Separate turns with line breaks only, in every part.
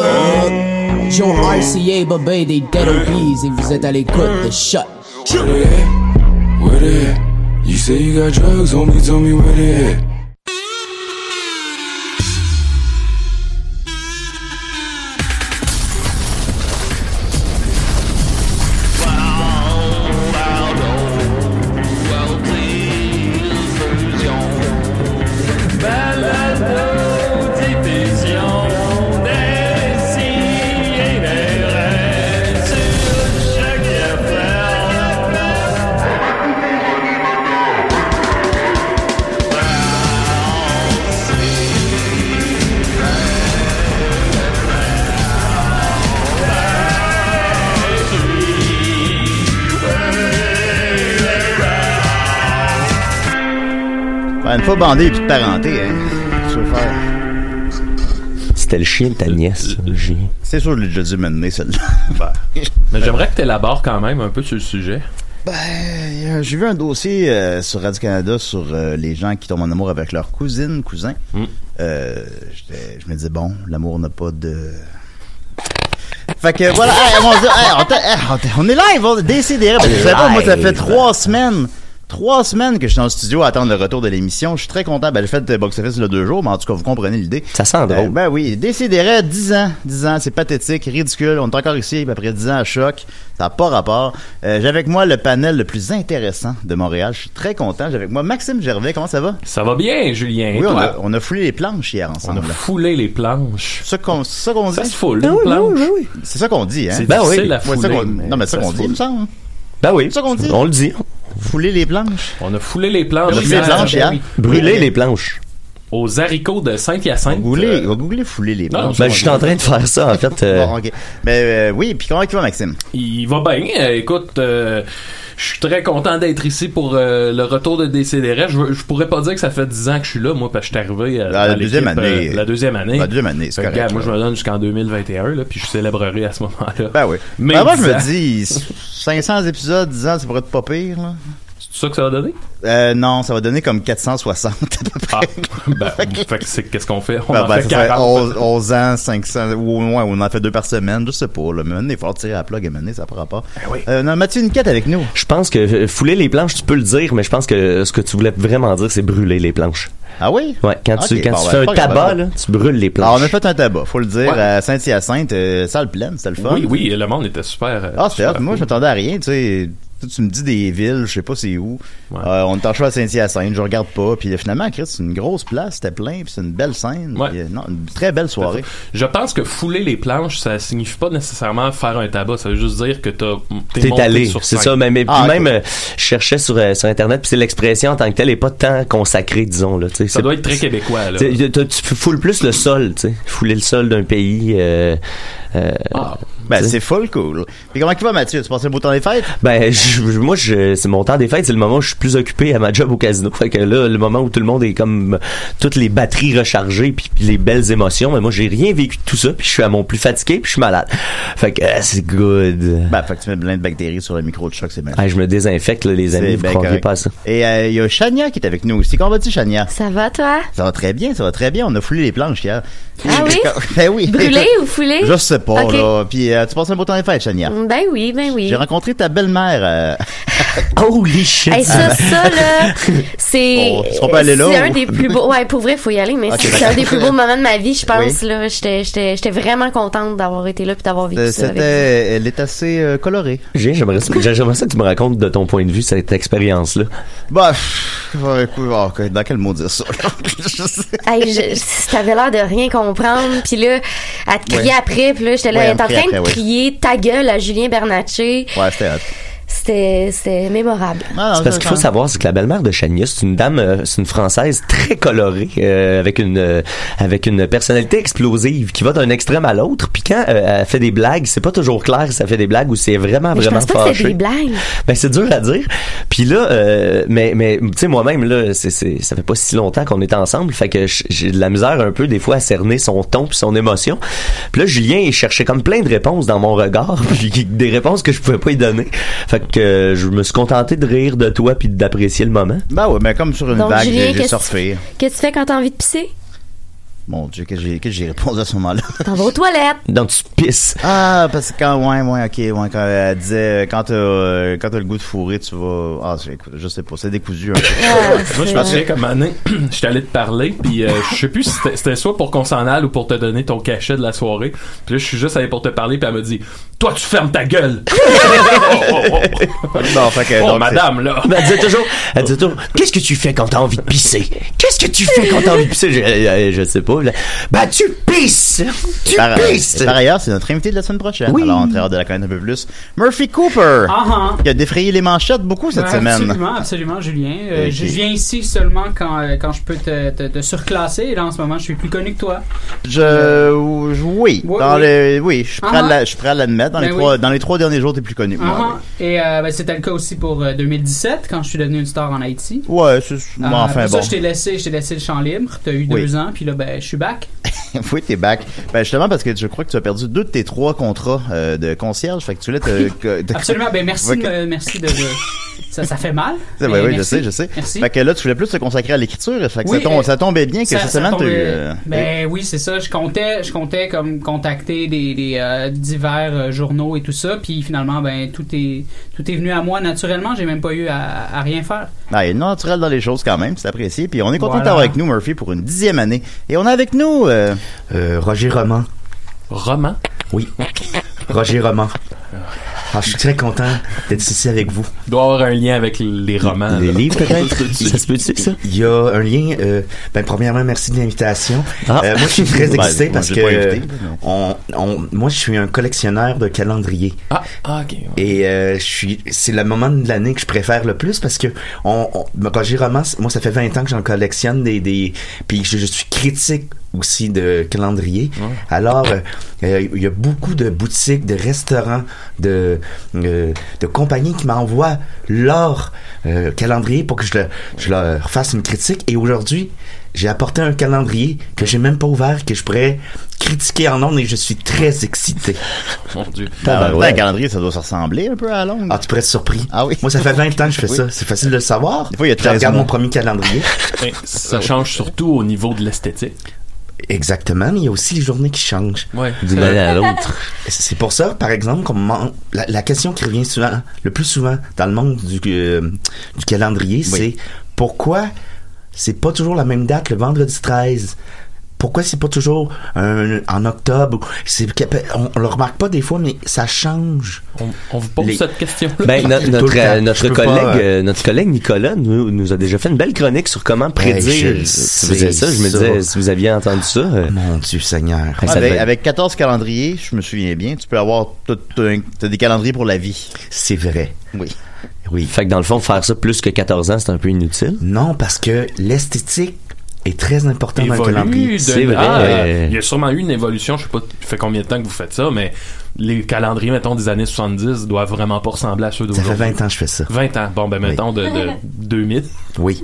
Joe RCA, baby, des dead OBs, et vous êtes à l'écoute de Shot.
Where they at? Where they at? You say you got drugs, homie, tell me where they at.
Ben, une fois bandé et puis de parenté, hein. Tu veux faire.
C'était le chien de ta nièce, le chien.
C'est sûr que je l'ai déjà dû m'amener, celle-là. Ben,
Mais j'aimerais que tu élabores quand même un peu sur le sujet.
Ben, euh, j'ai vu un dossier euh, sur Radio-Canada sur euh, les gens qui tombent en amour avec leur cousine, cousin. Euh, j'étais- je me disais, bon, l'amour n'a pas de. Fait que voilà, hey, mon Dieu, hey, on, t'a- hey, on t'a- on est live, on est décidé. Parce que vous savez pas, moi, ça fait
Live.
trois semaines. Trois semaines que je suis en studio à attendre le retour de l'émission. Je suis très content. Ben, j'ai fait euh, Box Office le deux jours, mais en tout cas, vous comprenez l'idée.
Ça sent drôle.
Euh, ben oui, Décideret, 10 ans, 10 ans, c'est pathétique, ridicule. On est encore ici après 10 ans à choc. Ça n'a pas rapport. Euh, j'ai avec moi le panel le plus intéressant de Montréal. Je suis très content. J'ai avec moi Maxime Gervais. Comment ça va?
Ça va bien, Julien.
oui, on
toi?
a, on a foulé les planches hier
On
ensemble.
a foulé les planches.
C'est ça qu'on c'est ça qu'on
Ça
dit.
se foule, une planche.
Ah oui.
C'est ça qu'on dit, hein?
C'est
Ben oui.
difficile à
Ouais, c'est ça
fouler,
qu'on- non, mais c'est ça
ça
qu'on
se
dit, il
foule.
me semble.
Ben oui.
C'est ça qu'on dit.
On le dit.
Fouler les planches.
On a foulé les planches.
On a foulé les
hier,
planches
ben
hier.
oui.
Brûler les planches.
Aux haricots de
On va
Saint-Hyacinthe.
googler, on
Euh,
va googler fouler les
Non,
planches.
Ben, je suis en train de faire ça, en fait. euh,
Bon, ok. Mais euh, oui, puis comment tu vas, Maxime?
Il va bien. Euh, Écoute, euh, je suis très content d'être ici pour euh, le retour de DCDR. Je, veux- je pourrais pas dire que ça fait 10 ans que je suis là, moi, parce que je suis arrivé euh,
La
dans
deuxième
l'équipe,
année.
la deuxième année.
La deuxième année, c'est
Fait que,
correct.
regarde, moi, je me donne jusqu'en 2021, là, puis je célébrerai à ce moment-là.
Ben oui.
Mais
Ben, moi, je
dix ans.
me dis, 500 épisodes, 10 ans, ça pourrait être pas pire, là.
C'est ça que ça va donner?
Euh, non, ça va donner comme 460 à peu près.
Ah, ben, fait que c'est qu'est-ce qu'on fait? On
Ben,
en
ben,
fait
ça serait
40.
11, 11 ans, 500, ou au moins, on en fait deux par semaine, je sais pas. Là. Mais maintenant, il faut tirer à la plug et mener, ça prend pas.
Ben oui.
Euh, non, Mathieu Niquette avec nous.
Je pense que euh, fouler les planches, tu peux le dire, mais je pense que ce que tu voulais vraiment dire, c'est brûler les planches.
Ah oui?
Ouais, quand tu,
Ok,
quand
bon,
tu
ben,
fais
pas
un
grave.
tabac, là, tu brûles les
Ah,
planches.
on a fait un tabac, faut le dire,
Ouais.
à Saint-Hyacinthe, euh, salle pleine, c'était le fun.
Oui, oui, le monde était super. euh,
Ah, c'était
super
hot. Moi,
cool.
je m'attendais à rien, tu sais. Toi, tu me dis des villes, je sais pas c'est où. Euh, on est en choix à Saint-Hyacinthe, je regarde pas. Puis euh, finalement, Chris, c'est une grosse place, c'était plein, puis c'est une belle scène. puis, euh, non, une très belle soirée.
Je pense que fouler les planches, ça signifie pas nécessairement faire un tabac. Ça veut juste dire que t'as,
T'es
monté
allé,
sur
c'est
scène.
ça. Mais, mais-
Ah,
puis même, euh, je cherchais sur, euh, sur Internet, puis c'est l'expression en tant que telle est pas tant consacrée, disons. Là, ça
doit être très québécois, là.
Tu tu- tu foules plus le sol, tu sais. Fouler le sol d'un pays. euh, euh,
Ben,
tu sais.
c'est full cool. Puis comment tu vas, Mathieu? Tu passes un beau temps des fêtes?
Ben, je- je- moi, je, c'est mon temps des fêtes, c'est le moment où je suis plus occupé à ma job au casino. Fait que là, le moment où tout le monde est comme toutes les batteries rechargées puis, puis les belles émotions, mais moi, j'ai rien vécu de tout ça, puis je suis à mon plus fatigué, puis je suis malade. Fait que euh, c'est good.
Ben, fait que tu mets plein de bactéries sur le micro de choc, c'est bien.
Ah, je me désinfecte, là, les
C'est
amis, vous
bien
croiriez
correct.
pas à ça.
Et euh, il y a Chania qui est avec nous aussi. Comment vas-tu, Chania?
Ça va, toi?
Ça va très bien, ça va très bien. On a foulé les planches hier.
Ah oui?
ben oui.
Brûlé ou foulé?
Je sais pas,
Ok.
là. Puis euh, tu passes un beau temps des fêtes, Chania.
Ben oui, ben oui.
J'ai rencontré ta belle-mère. euh,
Holy shit!
Hey, ça, ça, là, c'est.
Bon, est-ce qu'on peut aller là,
C'est
ou-
un des plus beaux. Ouais, pour vrai, faut y aller, mais
Ok,
c'est- c'est
d'accord.
un des plus beaux moments de ma vie, je pense,
Oui.
là. J'étais- J'étais j'étais vraiment contente d'avoir été là puis d'avoir vécu
Euh,
ça. avec
C'était,
vous.
elle est assez euh, colorée.
J'ai- J'aimerais ça, j'aimerais ça que tu me racontes de ton point de vue cette expérience-là.
Bah, pff, ouais, écoute, oh, que- dans quel mot dire ça? là? Je sais.
Hey, je- je- t'avais l'air de rien comprendre, puis là, à te crier
Ouais.
après, puis là, j'étais là,
Ouais,
elle
elle
est en
me crie
train de
après, ouais.
crier ta gueule à Julien Bernatchez.
Ouais, c'était hot.
C'était c'était mémorable.
C'est parce qu'il faut savoir, c'est que la belle-mère de Chania, c'est une dame, euh, c'est une française très colorée, euh, avec une euh, avec une personnalité explosive qui va d'un extrême à l'autre. Puis quand euh, elle fait des blagues, c'est pas toujours clair si elle fait des blagues ou si elle est vraiment
Mais je
vraiment
pense pas que
fâchée.
c'est des blagues.
Ben c'est dur à dire. Puis là, euh, mais mais tu sais moi-même là, c'est c'est ça fait pas si longtemps qu'on est ensemble, fait que j- j'ai de la misère un peu des fois à cerner son ton puis son émotion. Puis là Julien il cherchait comme plein de réponses dans mon regard, puis qui- des réponses que je pouvais pas lui donner. Fait que euh, je me suis contenté de rire de toi puis d'apprécier le moment.
Bah ouais, mais comme sur une
Donc,
vague,
Julien,
j'ai- j'ai
qu'est-ce que
surfé.
Qu'est-ce que tu fais quand t'as envie de pisser?
Mon Dieu, qu'est-ce que j'ai- qu'est-ce que j'ai répondu à ce moment-là?
T'en vas aux toilettes.
Donc tu pisses.
Ah, parce que quand, ouais, ouais, ok, ouais, quand elle disait, euh, quand t'as, euh, quand t'as le goût de fourrer, tu vas, ah, c'est- écoute, je sais pas, c'est décousu un peu.
Moi, je me souviens comme année, j'étais allé te parler, puis euh, je sais plus si c'était- c'était soit pour qu'on s'en aille ou pour te donner ton cachet de la soirée. Puis là, je suis juste allé pour te parler, puis elle me dit Toi, tu fermes ta gueule
Non, fait que,
Oh,
donc, c'est-
madame, là
Ben, elle disait toujours, elle disait toujours, qu'est-ce que tu fais quand t'as envie de pisser? Qu'est-ce que tu fais quand t'as envie de pisser? Je, euh, je sais pas. là. Ben, tu pisses! Tu
Par,
pisses!
et par ailleurs, c'est notre invité de la semaine prochaine.
Oui.
Alors, on a très hâte de la connaître un peu plus. Murphy Cooper,
Ah, ah.
qui a défrayé les manchettes beaucoup cette
Ben,
semaine.
Absolument, absolument, Julien. Euh,
Ok.
Je viens ici seulement quand, euh, quand je peux te, te, te surclasser. Et là, en ce moment, je suis plus connu que toi.
Je, je- oui,
Oui,
dans
oui.
le, oui, je suis prêt à
Ah,
la- je suis prêt à l'admettre. Dans les
Ben
trois,
oui.
dans les trois derniers jours, t'es plus connu. que moi,
Ah, ah. Et euh, ben, c'était le cas aussi pour euh, 2017, quand je suis devenu une star en Haïti.
oui. Ouais, c'est, mais
Euh,
enfin
pour
bon.
ça, je t'ai laissé, je t'ai laissé le champ libre. T'as eu
Oui.
deux ans, puis là, ben, je suis back.
oui, t'es back. Ben justement parce que je crois que tu as perdu deux de tes trois contrats euh, de concierge. Fait que tu voulais te, que- te-
Absolument. Ben, merci,
Ouais,
de
que-
me- merci de. de- Ça, ça fait mal.
Oui,
ben
mais
oui, je
Eh, merci.
sais, je sais.
Merci.
Fait que là, tu voulais plus te consacrer à l'écriture. Fait que
Oui,
ça, tom-
euh,
ça tombait bien que
ça-
cette
ça
semaine, t'as eu,
tombait-
euh,
Ben oui, c'est ça. Je comptais, je comptais comme contacter des, des, euh, divers euh, journaux et tout ça, puis finalement, ben tout est tout est venu à moi naturellement. J'ai même pas eu à, à rien faire.
Ah, il est naturel dans les choses quand même, c'est apprécié. Puis on est content
Voilà.
d'avoir avec nous Murphy pour une dixième année. Et on a avec nous euh,
Roger Roman.
Roman?
Oui. Roger Roman. Alors, je suis très content d'être ici avec vous.
Il doit avoir un lien avec les romans.
Les
là.
livres,
Ça
peut-être?
se peut-tu?
Il y a un lien. euh, ben, premièrement, merci de l'invitation.
Ah.
Euh, moi, je suis très
Ben,
excité
moi,
parce
je
que
l'ai pas invité,
euh, on, on- moi, je suis un collectionneur de calendriers.
Ah, ok.
Et euh, je suis, c'est le moment de l'année que je préfère le plus parce que on, ben, on- Roger Roman, c- moi ça fait 20 ans que j'en collectionne des, des puis je, je suis critique aussi de calendrier. Alors euh, euh, il y a beaucoup de boutiques, de restaurants, de euh, de compagnies qui m'envoient leur euh, calendrier pour que je, le- je leur fasse une critique. Et aujourd'hui, j'ai apporté un calendrier que j'ai même pas ouvert que je pourrais critiquer en ondes et je suis très excité.
Mon Dieu.
en même temps, un calendrier, ça doit se ressembler un peu à la longue.
Ah, tu pourrais être surpris.
Ah oui.
Moi, ça fait 20 ans que je fais
Oui.
ça. C'est facile de le savoir.
Des fois, il y a
Je
13
regarde
mois.
mon premier calendrier.
Ben, Ça change surtout au niveau de l'esthétique.
Exactement, mais il y a aussi les journées qui changent.
Ouais. D'une année à l'autre.
C'est pour ça, par exemple, qu'on m'en- la, la question qui revient souvent, le plus souvent dans le monde du, euh, du calendrier, c'est pourquoi c'est pas toujours la même date le vendredi 13? pourquoi c'est pas toujours un- en octobre? ou- c'est que- on, on le remarque pas des fois, mais ça change.
On, vous pose cette question.
Ben, no-
Tout
notre,
le temps.
euh, notre,
Je peux
collègue,
pas, euh,
euh, notre collègue Nicolas nous, nous a déjà fait une belle chronique sur comment prédire.
Hey, Ben, je
si vous avez
sais
ça, je me
ça.
disais, si vous aviez entendu ça. euh, ben,
Mon Dieu Seigneur.
Ah, ça
avec,
devait-
avec 14 calendriers, je me souviens bien, tu peux avoir tout un- t'as des calendriers pour la vie.
C'est vrai.
Oui.
Oui.
Fait que dans le fond, faire ça plus que 14 ans, c'est un peu inutile.
Non, parce que l'esthétique est très importante dans le
Évolue
calendrier. Euh,
de- Ah, Il y a sûrement eu une évolution, je sais pas fait combien de temps que vous faites ça, mais les calendriers, mettons, des années 70 doivent vraiment pas ressembler à ceux
Ça
d'aujourd'hui.
fait 20 ans que je fais ça.
20 ans. Bon, ben, mettons, de, de 2000.
Oui.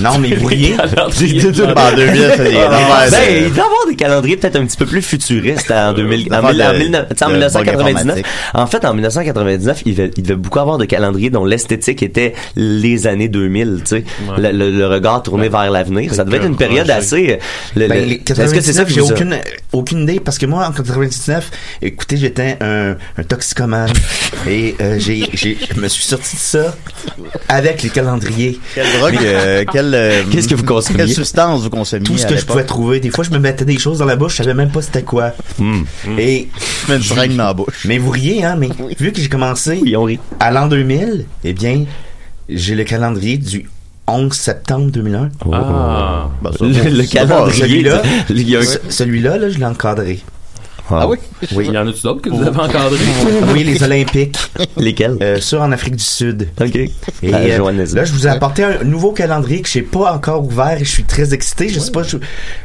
Non, mais vous riez.
Calendrier.
J'ai dit tout-
En 2000, c'est des affaires,
Ben,
euh,
c'est-
il doit y avoir des calendriers peut-être un petit peu plus futuristes en, 2000, en,
affaires
mille- en
de-
mille neuf- tu sais, en
de bugs
1999.
informatiques.
En fait, en 1999, il devait, il devait beaucoup avoir de calendriers dont l'esthétique était les années 2000, tu sais.
Ouais.
Le, le- le regard tourné vers l'avenir. Ça devait être une période assez... euh, le-
Ben,
le-
les
Est-ce que c'est ça
99,
que
j'ai
vous a-
aucune, euh, aucune idée parce que moi en 99, écoutez, j'étais un, un toxicomane et euh, j'ai, j'ai- je me suis sorti de ça avec les calendriers.
Quelle drogue,
Mais-
euh, quelle, euh,
Qu'est-ce que vous consommiez?
Quelle substance vous consommiez?
Tout ce
à
que je
l'époque?
pouvais trouver. Des fois, je me mettais des choses dans la bouche, je savais même pas c'était quoi.
Hmm.
Et je
mets une seringue dans la bouche.
Mais vous riez, hein, mais vu que j'ai commencé à l'an 2000, eh bien, j'ai le calendrier du 11 septembre 2001.
Oh.
Oh.
Ah.
Ben, ça,
Le,
bon,
le
ça, hein.
calendrier,
bon,
celui-là,
il y a un-
ce- celui-là, là, je l'ai encadré.
Ah oui?
Oui.
Il y en a-tu d'autres que vous avez encadrés?
oui, les Olympiques. Euh,
Lesquels?
ceux en Afrique du Sud.
OK.
Et
À
euh,
Johannesburg.
là, je vous ai apporté un nouveau calendrier que je n'ai pas encore ouvert et je suis très excité. Je sais pas, je,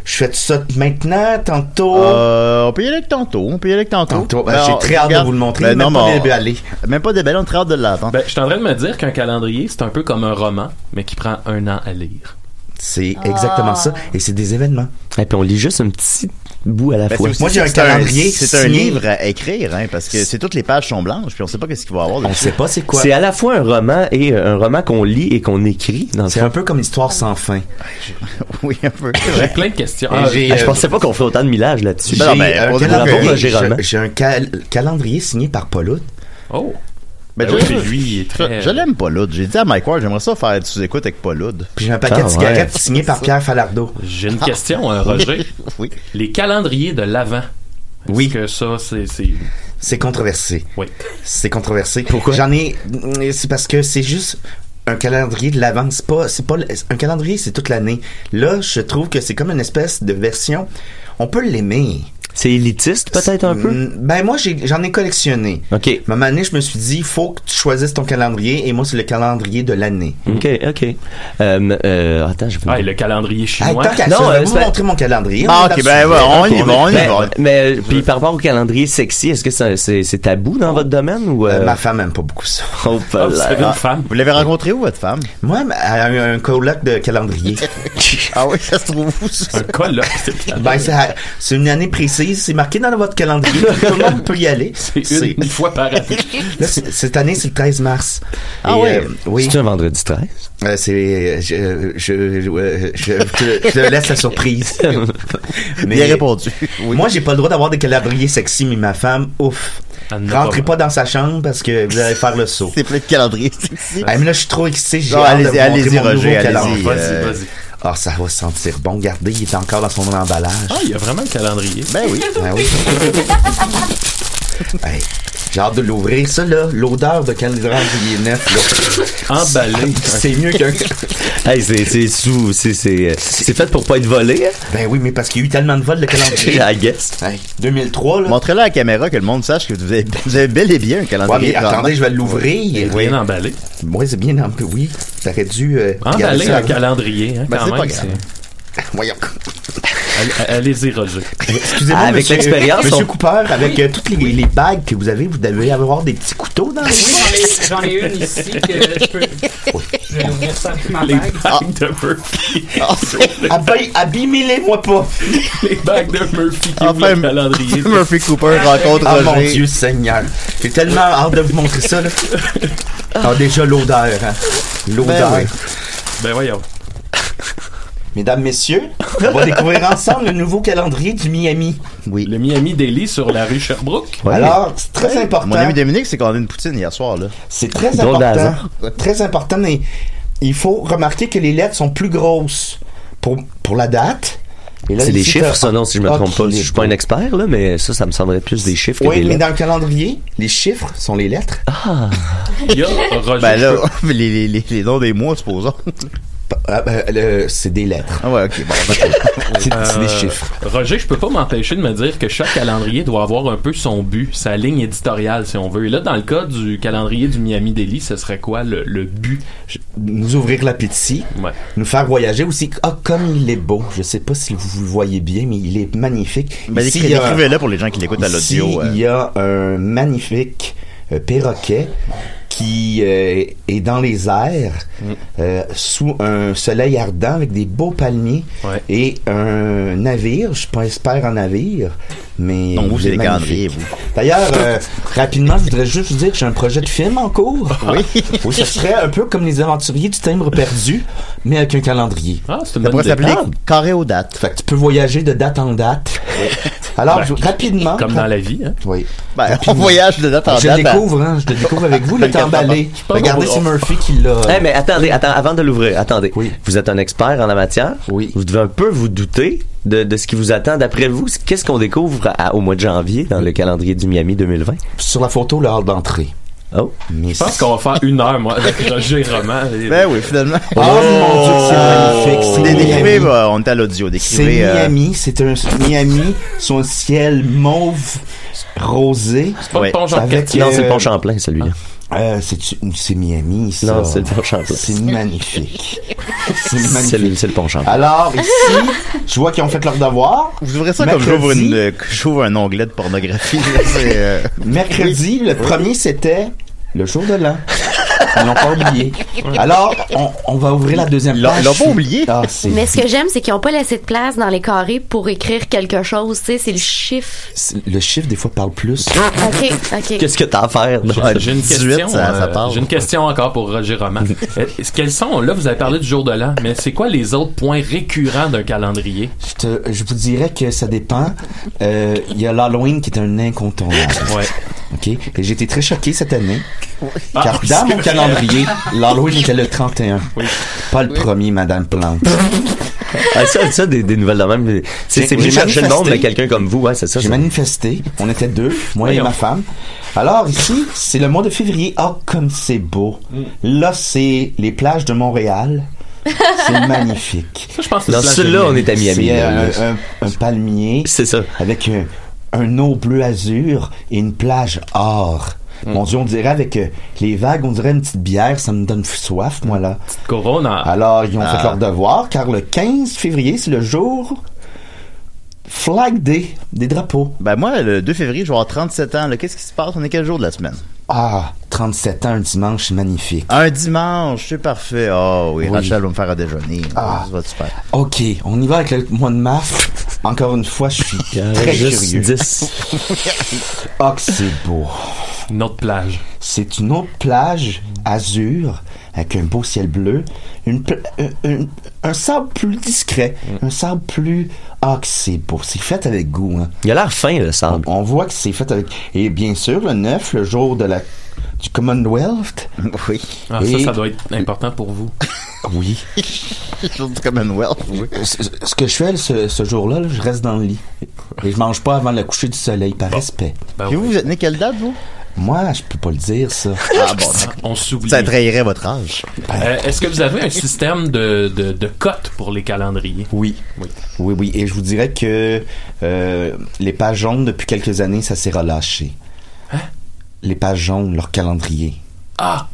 je fais tout ça maintenant, tantôt.
Euh, on peut y aller avec tantôt. On peut y aller avec tantôt.
Tantôt. Ben,
Ben,
j'ai
on-
très hâte de
regarde-
vous le montrer,
Ben,
même
non,
pas
mais on-
déballé.
Même pas déballé, on a très hâte de l'attendre.
Ben, je suis en train de me dire qu'un calendrier, c'est un peu comme un roman, mais qui prend un an à lire.
C'est
Ah.
exactement ça. Et c'est des événements.
Et puis on lit juste un petit bout à la
Ben, c'est
fois.
aussi- c'est C'est un livre à écrire, hein, parce que c'est toutes les pages sont blanches, puis on sait pas qu'est-ce qu'il va y avoir. On
sait pas c'est
C'est à la fois un roman et euh, un roman qu'on lit et qu'on écrit.
C'est un peu comme Histoire sans fin.
oui, un peu. Ben
J'ai
Ben
plein de questions.
Et
Ah,
j'ai,
ah, je
euh,
pensais pas qu'on ferait autant de millage là-dessus.
J'ai
euh,
un
on
calendrier-
calendrier, j'ai
j'ai- j'ai un cal- calendrier signé par Pauloute.
Oh!
Ben,
Ben oui,
je- je-
lui, euh, il est
je-
très-
Je, l'aime pas, Loud. J'ai dit à Mike Ward, j'aimerais ça faire des sous-écoutes avec pas Loud.
Puis j'ai un
ah,
paquet de cigarettes signé par Pierre Falardeau.
J'ai une question, hein, Roger.
oui.
Les calendriers de l'avant. Oui. que ça, c'est. c'est-
C'est controversé.
Oui.
C'est controversé. Pourquoi? J'en ai. euh, C'est parce que c'est juste un calendrier de l'avance. C'est pas, c'est pas, un calendrier, c'est toute l'année. Là, je trouve que c'est comme une espèce de version. On peut l'aimer.
C'est élitiste, peut-être un peu?
Ben, moi, j'ai- j'en ai, collectionné.
OK.
Ma année, je me suis dit, il faut que tu choisisses ton calendrier. Et moi, c'est le calendrier de l'année.
Ok, ok. Euh, euh, attends, je vais.
Ah, et le calendrier
Hey,
chinois.
tant qu'à ça, je vais vous montrer mon calendrier.
Ah,
On est
ok,
dans le
ben ouais,
sujet.
on y
Ok,
va, on y
ben,
va. Mais, euh, puis par rapport au calendrier sexy, est-ce que ça- c'est c'est tabou dans votre domaine ou.
Euh, ma femme aime pas beaucoup ça.
Oh,
euh,
voilà.
Ah.
Vous l'avez rencontré où, votre femme?
Moi, elle a eu un
Ben,
colloque de calendrier.
ah oui, ça se trouve où, ça?
Un colloque de calendrier.
Ben, c'est à- c'est une année précise. C'est marqué dans votre calendrier. Tout le monde peut y aller.
C'est une, une fois par année.
Là, c'est- cette année, c'est le 13 mars.
Ah
Et,
ouais.
euh, oui.
C'est un vendredi 13.
Euh, c'est, je, je, je- ouais, je te, je te laisse la surprise.
Bien répondu.
Moi, j'ai pas le droit d'avoir des calendriers sexy, mais ma femme, ouf.
n'a
Rentrez pas dans sa chambre parce que vous allez faire le saut.
C'est plein de calendriers sexy.
Ah, mais là, je suis trop excité. J'ai
Non,
hâte de
allez-y,
vous montrer
allez-y,
mon nouveau
Roger, allez-y.
calendrier.
euh,
Ah, ça va sentir bon. Regardez, il est encore dans son emballage.
Ah, il y a vraiment un calendrier.
Ben oui.
Ben oui. Hey, J'ai hâte de l'ouvrir. Ça, là, l'odeur de calendrier neuf, là.
Emballé.
C'est mieux qu'un.
Hey, c'est c'est sous. c'est- C'est euh, c'est fait pour pas être volé. hein?
Ben oui, mais parce qu'il y a eu tellement de vols de calendrier.
I guess.
Hey, 2003, là.
Montrez-le à la caméra que le monde sache que vous avez, vous avez bel et bien un
Ouais, mais
calendrier.
attendez, je vais l'ouvrir.
Oui, bien emballé.
Moi, c'est bien emballé. Oui, t'aurais dû. euh, garder
Emballé
ça
un
avant.
calendrier, hein,
Ben,
quand
c'est pas
même.
grave.
c'est-
Voyons. Ah,
Allez- Allez-y, Roger.
Excusez-moi,
Avec
monsieur-
l'expérience,
Monsieur
on-
Cooper, avec euh, toutes les, les bagues que vous avez, vous devez avoir des petits couteaux dans les
Oui, j'en ai, j'en ai une ici que je peux. Je vais l'ouvrir ça avec ma
Les
Ah.
bague.
bagues de Murphy.
Abe- Abîmez-les-moi pas.
Les bagues de Murphy qui ouvrent
Enfin,
le calendrier.
Murphy Cooper rencontre
Ah mon
Roger.
Dieu Seigneur. J'ai tellement hâte de vous montrer ça. Là. Ah, déjà l'odeur. hein. L'odeur.
Ben oui.
Ben voyons.
Mesdames, messieurs, on va découvrir ensemble le nouveau calendrier du Miami.
Oui.
Le Miami Daily sur la rue Sherbrooke.
Ah,
Alors, c'est très important.
Mon ami Dominique s'est commandé une poutine hier soir, là.
C'est très
Drôle de
important.
hasard.
Très important, mais il faut remarquer que les lettres sont plus grosses. Pour, pour la date. Et là,
C'est des
ici,
chiffres,
t'as-
ça, non, si je me trompe pas.
Ok,
Je suis pas un expert, là, mais ça, ça me semblerait plus des chiffres que
Oui,
des
mais
lettres.
dans le calendrier, les chiffres sont les lettres.
Ah.
Ben là, les, les, les, les noms des mois, supposons.
ah, ben, c'est des lettres.
Ah ouais, ok, bon,
C'est c'est
Euh,
des chiffres.
Roger, je peux pas m'empêcher de me dire que chaque calendrier doit avoir un peu son but, sa ligne éditoriale, si on veut. Et là, dans le cas du calendrier du Miami Daily, ce serait quoi le, le but?
Nous ouvrir l'appétit, nous faire voyager aussi. Ah, comme il est beau. Je sais pas si vous le voyez bien, mais il est magnifique.
Ben,
Ici,
décri-
il y a-
décrivez-le pour les gens qui l'écoutent à
Ici,
l'audio, euh.
Il y a un magnifique euh, perroquet qui euh, est dans les airs
Mm.
euh, sous un soleil ardent avec des beaux palmiers et un navire. Je suis pas expert en navire, mais
Non, vous,
il
c'est
est
les calendriers,
magnifique. D'ailleurs, euh, rapidement, je voudrais juste vous dire que j'ai un projet de film en cours.
Oui.
oui, ça serait un peu comme les aventuriers du timbre perdu, mais avec un calendrier.
Ah, c'est
une Ça bonne pourrait idée. s'appeler carré aux dates.
Fait que tu peux voyager de date en date. Alors,
Ben,
je- rapidement.
Comme dans la vie, hein?
Oui.
Ben,
Rapidement.
on voyage de date en
je
date. ben.
Je découvre, hein, je le découvre avec vous, le temps emballé. Regardez, c'est Murphy qui l'a.
Eh, mais attendez, attends, avant de l'ouvrir, attendez. Vous êtes un expert en la matière. Oui. Vous devez un peu vous douter de, de ce qui vous attend d'après vous. Qu'est-ce qu'on découvre à- à- au mois de janvier dans le calendrier du Miami 2020?
Sur la photo, le hall d'entrée.
Oh.
Je pense qu'on va faire une heure, moi, avec Roger Roman.
Ben oui, finalement.
Oh,
Oh.
mon Dieu, c'est magnifique, c'est
Des-
Miami.
décrivez, bah, on est à l'audio.
C'est
Décrivez. euh,
Miami, c'est un Miami, son ciel mauve, rosé. C'est
pas le pont Jean- Non,
euh,
c'est le pont Champlain, celui-là.
c'est c'est Miami, ça.
Non, c'est le pont Champlain.
C'est magnifique. c'est
C'est
magnifique.
le, c'est le pont Champlain.
Alors, ici, je vois qu'ils ont fait leur devoir.
Vous ouvrez ça comme j'ouvre une- euh, que j'ouvre un onglet de pornographie. là, c'est, euh,
Mercredi, le premier, c'était le jour de l'an. Ils l'ont pas oublié. Alors, on, on va ouvrir la deuxième page. Ils l'ont pas oublié.
Mais ce que j'aime, c'est qu'ils n'ont pas laissé de place dans les carrés pour écrire quelque chose. Tu sais, c'est le chiffre.
Le chiffre, des fois, parle plus.
OK, OK.
Qu'est-ce que t'as à faire?
J'ai-
dans
J'ai une
18,
question.
ça- ça
euh,
part.
J'ai une question encore pour Roger Roman. Euh, Quels sont, là, vous avez parlé du jour de l'an, mais c'est quoi les autres points récurrents d'un calendrier?
Je, te- je vous dirais que ça dépend. Euh, Il y a l'Halloween qui est un incontournable.
Ouais.
OK? Et j'ai été très choqué cette année.
Ah,
car
oui,
dans
c'est
mon
vrai.
calendrier, l'Halloween était le 31. Pas le premier, Madame Plante.
Ah, ça, ça, des, des nouvelles de même. mais- C'est
J'ai-
c'est venu
j'ai
chercher le monde,
manifesté.
mais quelqu'un comme vous, ouais, c'est ça.
J'ai
ça.
manifesté. On était deux, moi
Voyons.
et ma femme. Alors ici, c'est le mois de février. Ah, comme c'est beau. Là, c'est les plages de Montréal. C'est magnifique.
Ça, je pense que
Dans
c'est la
celui-là,
journée.
on est à Miami.
C'est
là,
un,
là.
un- un palmier.
C'est ça.
Euh, Avec un, un eau bleu azur et une plage or.
Mm.
Mon Dieu, on dirait avec euh, les vagues, on dirait une petite bière, ça me donne soif, moi, là.
Corona.
Alors, ils ont
Ah.
fait leur devoir, car le 15 février, c'est le jour Flag Day, des drapeaux.
Ben moi, le 2 février, je vais avoir 37 ans. là. Qu'est-ce qui se passe? On est quel jour de la semaine?
Ah, 37 ans, un dimanche, c'est magnifique.
Un dimanche, c'est parfait. Oh oui,
Oui.
Rachel va me faire à déjeuner.
Ah.
Ça va être super.
OK, on y va avec le mois de mars. Encore une fois, je suis très
Juste
curieux.
10.
Ah, que c'est beau.
Une autre plage.
C'est une autre plage azur avec un beau ciel bleu, une euh, pla- un- un, un sable plus discret,
Mm.
un sable plus ah que c'est beau, c'est fait avec goût. Hein.
Il a l'air fin le sable.
On, on voit que c'est fait avec et bien sûr le 9 le jour de la du Commonwealth.
Oui.
Ah, ça, ça doit être important pour vous.
Oui.
Commonwealth.
Ce, ce- ce que je fais ce, ce jour-là, là, je reste dans le lit et je mange pas avant le coucher du soleil par respect.
Ben
Puis vous, vous êtes né quelle date, vous?
Moi, je peux pas le dire ça.
Ah bon.
On s'oublie.
Ça trahirait votre âge.
Euh, Est-ce que vous avez un système de, de, de cotes pour les calendriers?
Oui.
Oui.
Oui, oui. Et je vous dirais que euh, les pages jaunes, depuis quelques années, ça s'est relâché.
Hein?
Les pages jaunes, leur calendrier.
Ah!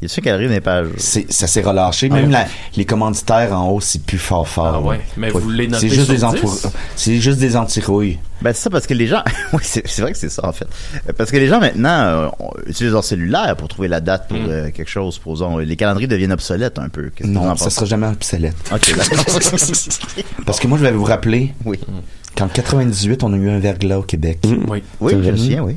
Il y a ceux qui arrivent des pages.
Ça s'est relâché. Même la- les commanditaires en haut, c'est plus fort fort.
Ah ouais. Mais vous les notez
C'est juste,
sur
des
10?
entour- c'est juste des antirouilles.
Ben c'est ça parce que les gens, oui c'est c'est vrai que c'est ça en fait, Euh, parce que les gens maintenant euh, on- utilisent leur cellulaire pour trouver la date pour euh, quelque chose, supposons. Les calendriers deviennent obsolètes un peu. Qu'est-ce que vous en
Non, ça
pensez?
sera jamais obsolète.
Ok. d'accord.
Parce que moi, je vais vous rappeler.
Oui.
Qu'en 98, on a eu un verglas au Québec.
Oui.
Oui, je me souviens, oui.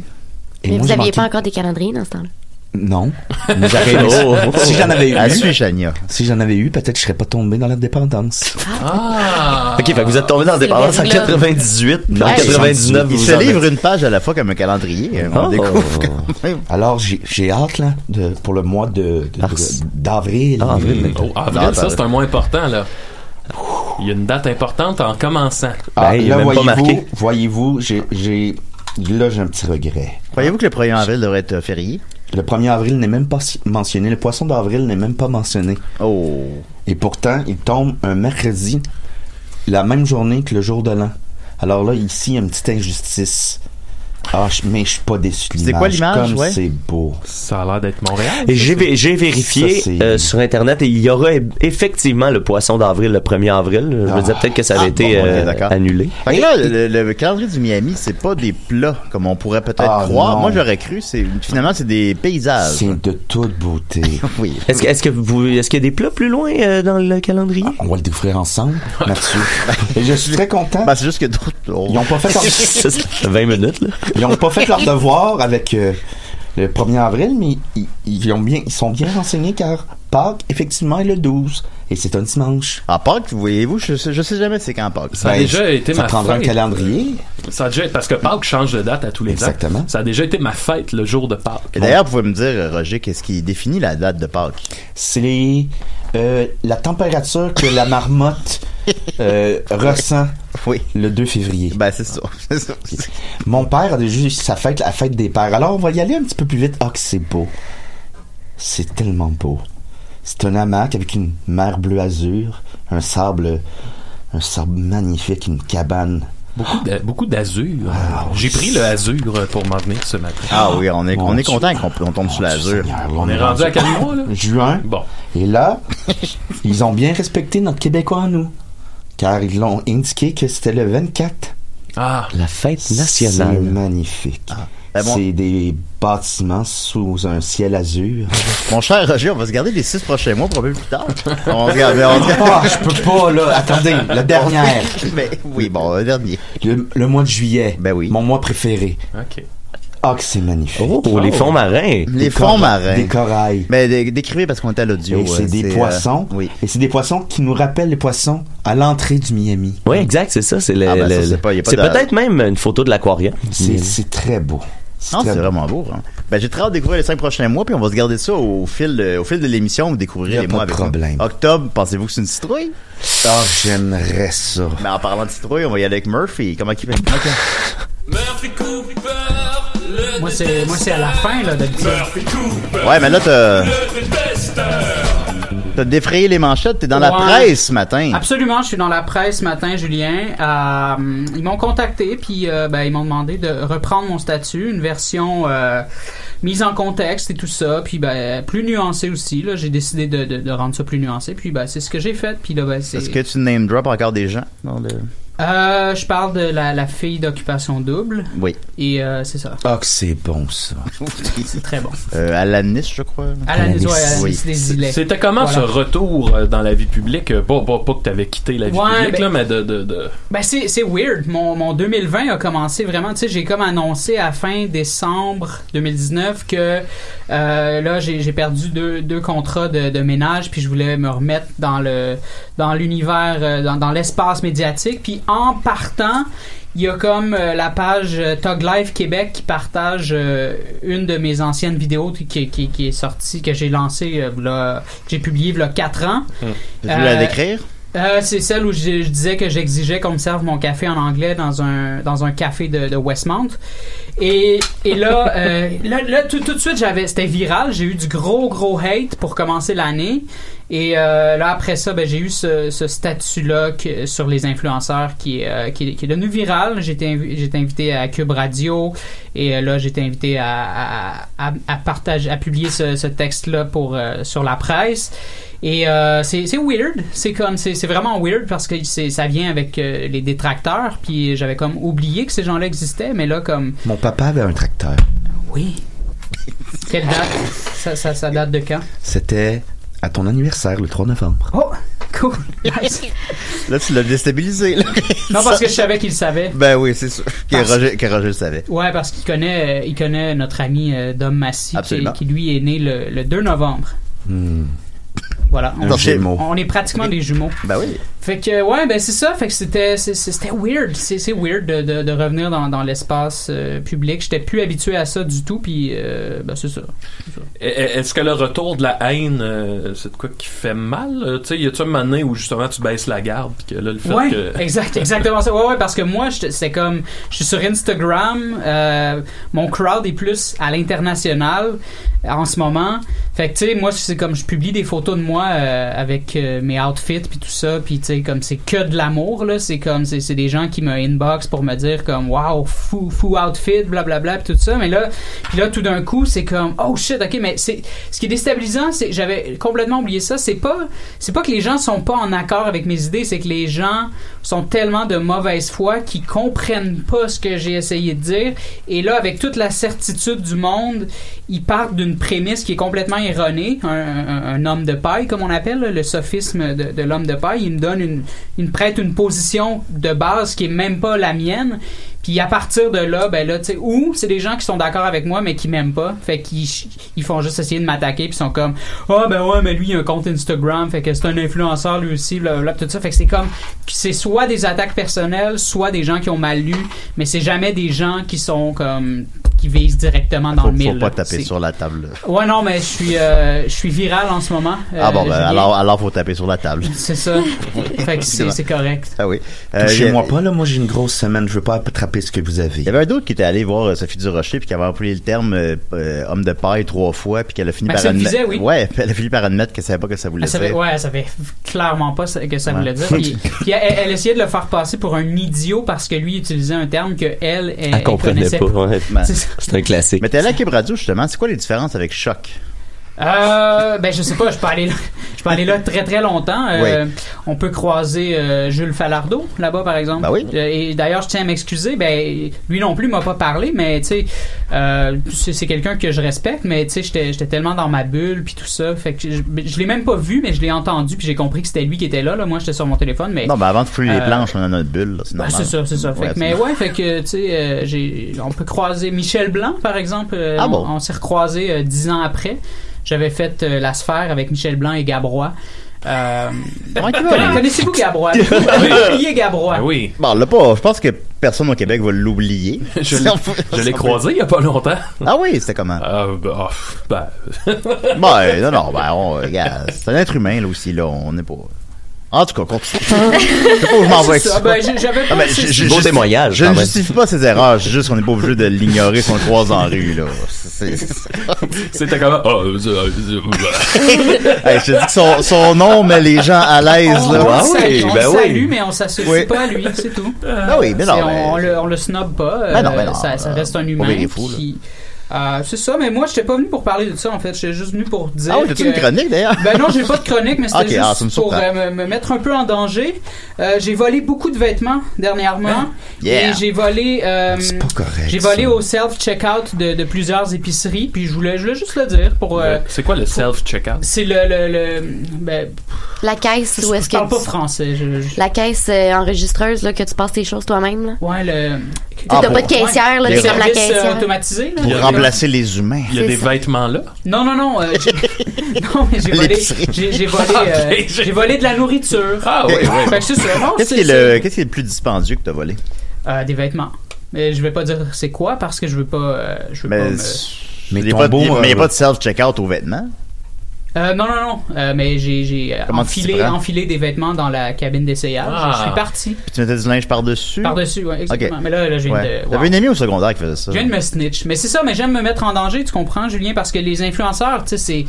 Et
Mais
moi,
vous
j'ai
n'aviez
manqué-
pas encore des calendriers dans ce temps-là.
Non. Mais j'aurais aimé ça.
Oh, oh.
si j'en avais eu.
À suivre, Chania.
Si j'en avais eu, peut-être je serais pas tombé dans la dépendance.
Ah!
Ok, fait que vous êtes tombé dans la
C'est
dépendance en
le verglas.
98. En
Ouais.
99,
il
vous
se
en
livre
êtes-
une page à la fois comme un calendrier. hein, On
Oh.
découvre quand même.
Alors, j'ai- j'ai hâte, là, de- pour le mois de- de- de- d'avril.
Ah,
ah, ben, Oh, avril, ça, c'est un mois important, là. Il y a une date importante en commençant.
Ah,
ben,
là, voyez-vous, voyez-vous, j'ai, j'ai- là, j'ai un petit regret.
Croyez-vous que le 1er avril devrait être férié?
Le 1er avril n'est même pas si- mentionné. Le poisson d'avril n'est même pas mentionné.
Oh.
Et pourtant, il tombe un mercredi, la même journée que le jour de l'an. Alors là, ici, il y a une petite injustice. Ah, je- mais je suis pas déçu. de
C'est quoi l'image,
Comme
ouais?
c'est beau.
Ça a l'air d'être Montréal.
Et j'ai, vé- j'ai vérifié
Ça, c'est-
euh, sur Internet et il y aura e- effectivement le poisson d'avril, le 1er avril. Je
Ah.
me disais peut-être que ça avait été euh, annulé.
Fait que là, le, le calendrier du Miami, c'est pas des plats comme on pourrait peut-être
Ah,
croire.
non.
Moi, j'aurais cru. C'est finalement c'est des paysages.
C'est de toute beauté.
oui.
Est-ce, que- est-ce, que vous, est-ce qu'il y a des plats plus loin euh, dans le calendrier?
Ah, On va le découvrir ensemble, Mathieu. Et je suis très content.
Bah, c'est juste que d'autres.
Hein?
oh.
Ils ont pas fait leur...
Ça, c'est 20 minutes, là.
Ils ont pas fait leur devoir avec euh, le 1er avril, mais ils, ils ont bien, ils sont bien renseignés car Pâques, effectivement, est le 12. Et c'est un dimanche.
À Pâques, voyez-vous, je sais, je sais jamais c'est quand Pâques.
Ben,
Ça a déjà été
ça
ma
prendra
fête.
un calendrier.
Ça a déjà, parce que Pâques change de date à tous les ans.
Exactement.
Ça a déjà été ma fête le jour de Pâques.
Et d'ailleurs, vous pouvez me dire, Roger, qu'est-ce qui définit la date de Pâques?
C'est euh, la température que la marmotte euh, ressent le 2 février.
Ben, c'est ça.
Mon père a déjà eu sa fête, la fête des pères. Alors, on va y aller un petit peu plus vite. Ah, que c'est beau. C'est tellement beau. C'est un hamac avec une mer bleu azur, un sable, un sable magnifique, une cabane.
Beaucoup d'a- Beaucoup d'azur. J'ai pris le azur pour m'en venir ce matin.
Ah oui, on est,
Mon
on est
Dieu.
content qu'on on tombe
Oh,
sur l'azur.
On est rendu à quel mois, là?
Juin. Bon. Et là, ils ont bien respecté notre Québécois à nous. Car ils l'ont indiqué que c'était le 24.
Ah.
La fête
C'est
nationale.
magnifique.
ben bon.
C'est des bâtiments sous un ciel azur.
Mon cher Roger, on va se garder les six prochains mois, probablement plus tard. On se garde, on se garde.
Ah, je peux pas, là. Attendez, la dernière.
Mais oui, bon, le dernier.
Le, le mois de juillet.
Ben oui.
Mon mois préféré. Ah, que c'est magnifique.
Oh, les fonds marins.
Les
Des
fonds
cora-
marins.
Des corails.
Mais dé- décrivez parce qu'on est à l'audio.
Et c'est
euh,
des
euh,
poissons. Et c'est des poissons qui nous rappellent les poissons à l'entrée du Miami.
Oui, exact, c'est ça. C'est, le-
Ah, ben, ça,
le-
c'est pas- y a pas
c'est
de-
peut-être même une photo de l'aquarium.
C'est, c'est très beau.
Non, c'est vraiment beau. hein. Ben, j'ai très hâte de découvrir les cinq prochains mois, puis on va se garder ça au fil, euh, au fil de l'émission. Vous
Y
découvrirez
a
les
pas
mois
de
avec nous.
problème.
Octobre, pensez-vous que c'est une citrouille?
Ah, j'aimerais ça.
Mais en parlant de citrouille, on va y aller avec Murphy. Comment il fait?
Moi, c'est, moi, c'est à la fin, là, d'habitude.
Ouais, mais là, t'as, t'as défrayé les manchettes, t'es dans la
Ouais. Ah,
presse ce matin.
Absolument, je suis dans la presse ce matin, Julien. Euh, ils m'ont contacté, puis euh, ben, ils m'ont demandé de reprendre mon statut, une version euh, mise en contexte et tout ça, puis ben, plus nuancée aussi. Là, j'ai décidé de, de- de rendre ça plus nuancé, puis ben, c'est ce que j'ai fait. Puis là, ben, c'est...
Est-ce que tu name drop encore des gens? dans le-
Euh, je parle de la, la fille d'occupation double,
Oui.
et euh, c'est ça.
Ah, que c'est bon, ça.
C'est très bon.
Euh, Alanis, je crois.
Alanis, ouais, Alanis
Ah, Oui.
des îlets.
C'était comment
Voilà.
ce retour euh, dans la vie publique? Euh, Pas, pas, pas que t'avais quitté la vie
Ouais,
publique,
ben-
là, mais de... de, e, de-
Ben c'est, c'est weird. Mon, mon 2020 a commencé vraiment, tu sais, j'ai comme annoncé à fin décembre 2019 que euh, là j'ai, j'ai perdu deux, deux contrats de, de ménage puis je voulais me remettre dans le dans l'univers euh, dans, dans l'espace médiatique puis en partant il y a comme euh, la page euh, Tog Life Québec qui partage euh, une de mes anciennes vidéos qui, qui, qui- qui est sortie, que j'ai lancée, euh, v'là- que j'ai publiée il y a 4 ans.
Peux-tu la
Euh,
décrire?
Euh, c'est celle où je, je disais que j'exigeais qu'on me serve mon café en anglais dans un, dans un café de, de Westmount. Et, et là, euh, là, là, tout, tout de suite, j'avais, c'était viral. J'ai eu du gros, gros hate pour commencer l'année. Et euh, là, après ça, ben, j'ai eu ce, ce statut-là que- sur les influenceurs qui, est, euh, qui, est- qui est devenu viral. J'ai été, invi- j'ai été invité à Cube Radio et euh, là, j'ai été invité à, à, à- à partager, à publier ce, ce texte-là pour, euh, sur la presse. Et euh, c'est c'est weird, c'est comme c'est c'est vraiment weird parce que c'est- ça vient avec euh, les détracteurs, puis j'avais comme oublié que ces gens-là existaient, mais là comme
Mon papa avait un tracteur.
oui. Quelle date ça, ça, ça date de quand
C'était à ton anniversaire, le 3 novembre.
Oh, cool. Nice.
Là, tu l'as déstabilisé. là.
Non parce que je savais qu'ils le savaient.
Ben oui, c'est sûr. Que
Parce-
Roger, que Roger le savait.
Ouais, parce qu'il connaît, euh, il connaît notre ami euh, Dom Massy, qui,
Absolument.
qui, lui est né le, le 2 novembre.
Hmm.
Voilà,
Un
on,
jumeau.
on est pratiquement des jumeaux.
Ben oui.
Fait que, ouais, ben c'est ça. Fait que c'était c'est- c'est- c'était weird. C'est c'est weird de, de- de revenir dans, dans l'espace euh, public. J'étais plus habitué à ça du tout, puis euh, ben c'est ça.
E- e- Est-ce que le retour de la haine, euh, c'est de quoi qui fait mal? euh, Tu sais, y a-tu un moment donné où justement tu baisses la garde, puis que là, le fait
ouais,
que.
exact, exactement ça. Ouais, ouais, parce que moi, j'étais- c'est comme, je suis sur Instagram, euh, mon crowd est plus à l'international euh, en ce moment. Fait que tu sais, moi, c'est comme, je publie des photos de moi euh, avec euh, mes outfits puis tout ça, puis tu sais, comme c'est que de l'amour là. C'est comme, c'est c'est des gens qui me inbox pour me dire comme, wow, fou, fou outfit, blablabla, puis tout ça. Mais là, puis là, tout d'un coup, c'est comme, oh shit, ok, mais c'est, ce qui est déstabilisant, c'est, j'avais complètement oublié ça. C'est pas, c'est pas que les gens sont pas en accord avec mes idées, c'est que les gens sont tellement de mauvaise foi qu'ils comprennent pas ce que j'ai essayé de dire. Et là, avec toute la certitude du monde, ils partent d'une prémisse qui est complètement erronée. Un, un- un homme de paille, comme on appelle, là, le sophisme de, de l'homme de paille, il me donne une, une prête une position de base qui est même pas la mienne. Puis à partir de là, ben là, tu sais, ou c'est des gens qui sont d'accord avec moi mais qui m'aiment pas, fait qu'ils ch- ils font juste essayer de m'attaquer puis sont comme ah ben ouais mais lui il a un compte Instagram, fait que c'est un influenceur lui aussi, là, là tout ça, fait que c'est comme c'est soit des attaques personnelles, soit des gens qui ont mal lu, mais c'est jamais des gens qui sont comme qui visent directement dans
Faut,
le mille.
faut pas
là.
taper
C'est-
sur la table.
Ouais non mais je suis euh, je suis viral en ce moment.
ah bon,
euh,
ben,
Julien.
alors, alors faut taper sur la table.
c'est ça. fait que c'est c'est correct.
Ah oui.
Touchez-moi pas, là. Moi, j'ai une grosse semaine. Je veux pas attraper ce que vous avez. Il
y avait un d'autre qui était allé voir euh, Sophie Durocher puis qui avait employé le terme euh, euh, homme de paille trois fois puis qu'elle a fini
Ben,
par
ça le
admettre.
disait, oui.
Ouais, elle a fini par admettre qu'elle savait pas que ça voulait
Elle savait,
dire.
Ah, ouais, elle savait clairement pas ce que ça
Ouais.
voulait dire. Puis, puis elle, elle essayait de le faire passer pour un idiot parce que lui utilisait un terme que elle, elle,
Elle comprenait
connaissait Ben,
pas. ouais.
C'est ça.
C'est un classique.
Mais t'es allé à Cube Radio, justement. C'est quoi les différences avec Choc?
Euh, ben je sais pas, je peux aller là, je peux aller là très très longtemps. Euh,
Oui.
On peut croiser euh, Jules Falardeau là-bas par exemple.
Ben oui.
Euh, et d'ailleurs je tiens à m'excuser, ben lui non plus m'a pas parlé, mais tu sais, euh, c'est c'est quelqu'un que je respecte, mais tu sais j'étais j'étais tellement dans ma bulle puis tout ça, fait que je, je l'ai même pas vu, mais je l'ai entendu puis j'ai compris que c'était lui qui était là. là. Moi j'étais sur mon téléphone, mais
Non, mais avant de fouler les
Euh,
planches, on a notre bulle. là, C'est
Ben,
normal.
c'est ça, c'est ça. Fait
Ouais,
que-
c'est-
mais ouais, fait que, tu sais, euh, j'ai- on peut croiser Michel Blanc, par exemple. euh,
Ah
on-
bon?
On, s'est recroisé euh, dix ans après. J'avais fait euh, la sphère avec Michel Blanc et Gabrois.
Ah
Euh, Conna- Connaissez-vous Gabrois? Vous oubliez Gabrois.
Ben Ah oui.
Bon, là, pas. Je pense que personne au Québec va l'oublier.
Je l'ai- je l'ai croisé il y a pas longtemps.
Ah oui, c'était comment?
Euh, ben, oh, pff, ben,
Ben, non, non, ben, on, regarde, c'est un être humain, là aussi, là, on n'est pas. En tout cas, continue. Je sais pas où je m'en vais avec
Ah. C'est ça,
ça.
ben, j'ai- j'avais
Ah,
pas-
ben,
c'est-
je- je-
Beau
je-
témoignage,
Je
quand
ne
même.
justifie pas ses erreurs, c'est juste qu'on n'est pas obligé de l'ignorer si on le croise en rue, là. C'est- c'est-
c'était comment? Ah, euh, euh, euh,
Hey, je te dis que son, son nom met les gens à l'aise,
On,
là. Ah Ben
on le salue, on le salue, mais on s'associe
Oui.
pas à lui, c'est tout.
Ben oui, mais non,
C'est- on,
mais-
on le, on le snob pas. euh,
Ben non, ben non,
ça, ça reste un humain.
bien les fous, là.
qui- euh, c'est ça, mais moi, j'étais pas venu pour parler de ça, en fait. J'étais juste venu pour dire.
Ah oui, t'as-tu
que-
une chronique, d'ailleurs?
Ben non, j'ai pas de chronique, mais
Ok,
c'était
ah, ça me
juste pour
surprend.
euh, me, me mettre un peu en danger. Euh, j'ai volé beaucoup de vêtements
Hein?
dernièrement.
Yeah.
Et j'ai volé. euh,
correct,
J'ai volé au self-checkout de, de plusieurs épiceries, puis je voulais, je voulais juste le dire pour. euh,
c'est quoi le self-checkout?
c'est le. le, le- ben,
La caisse
je
où est-ce que
parle pas
tu-
français. je- je-
La caisse euh, enregistreuse là que tu passes tes choses toi-même là.
Ouais le
T'as pas de caissière là,
Ah, Les
tu fermes la
services, euh,
caissière.
automatisés, là.
Pour
a-
remplacer les humains.
Il y a des vêtements là.
Non, non, non. euh, j'ai- non, mais j'ai volé,
L'épicerie.
j'ai, j'ai volé, euh,
Ah, Ok, j'ai-
j'ai volé de la nourriture.
Ah
oui, oui.
Fait que c'est ça. non,
Qu'est-ce
c'est-
qui est
c'est-
le, qu'est-ce qui est le plus dispendieux que t'as volé?
Euh, des vêtements. Mais je vais pas dire c'est quoi parce que je veux pas. euh, je veux pas
Mais,
me-
mais il n'y
ton
a, pas-
beau,
il y a- mais il y a
euh,
pas de self-checkout aux vêtements.
Euh, non, non, non. Euh, mais j'ai, j'ai euh,
Comment tu t'y
enfilé,
prends?
enfilé des vêtements dans la cabine d'essayage.
Ah.
Je suis parti
Puis tu mettais du linge par-dessus.
par-dessus. Ouais, exactement.
Ok.
Mais là, là, je viens
Ouais.
de. wow.
T'avais une amie au secondaire qui faisait ça.
Je viens de me snitch. Mais c'est ça, mais j'aime me mettre en danger, tu comprends, Julien, parce que les influenceurs, tu sais, c'est.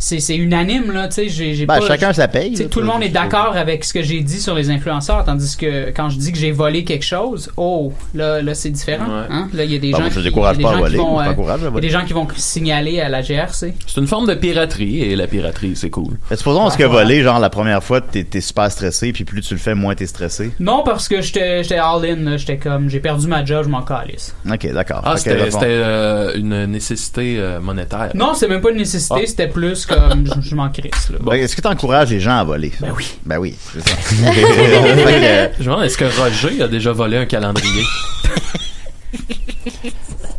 C'est, c'est unanime, là, tu sais, j'ai, j'ai
Ben,
pas...
chacun sa paye,
tu sais,
là,
Tout le
toi,
monde est
je-
d'accord avec ce que j'ai dit sur les influenceurs, tandis que quand je dis que j'ai volé quelque chose, oh, là, là c'est différent. hein. Là, il y a
Ben,
des gens
moi, je
qui-
les décourage
il y
pas
a
à
des gens qui
voler,
vont,
moi, je
euh,
t'encourage à
Il y a
voler.
des gens qui vont signaler à la GRC.
C'est une forme de piraterie et la piraterie, c'est cool.
Mais Ben, supposons, est-ce que voler, genre, la première fois, t'es t'es super stressé, puis plus tu le fais, moins t'es stressé.
Non, parce que j'étais j'étais all-in, là. j'étais comme, j'ai perdu ma job, je m'en calisse.
Ok, d'accord.
Ah,
Ok,
c'était
là, bon.
c'était, euh, une nécessité euh, monétaire.
Non, c'était même pas une nécessité,
Ah.
c'était plus comme, je- je m'en crisse, là.
Ben, Est-ce que t'encourages les gens à voler? Ben oui. Ben oui, c'est ça. euh, Fait
Je me demande, est-ce que Roger a déjà volé un calendrier?
euh,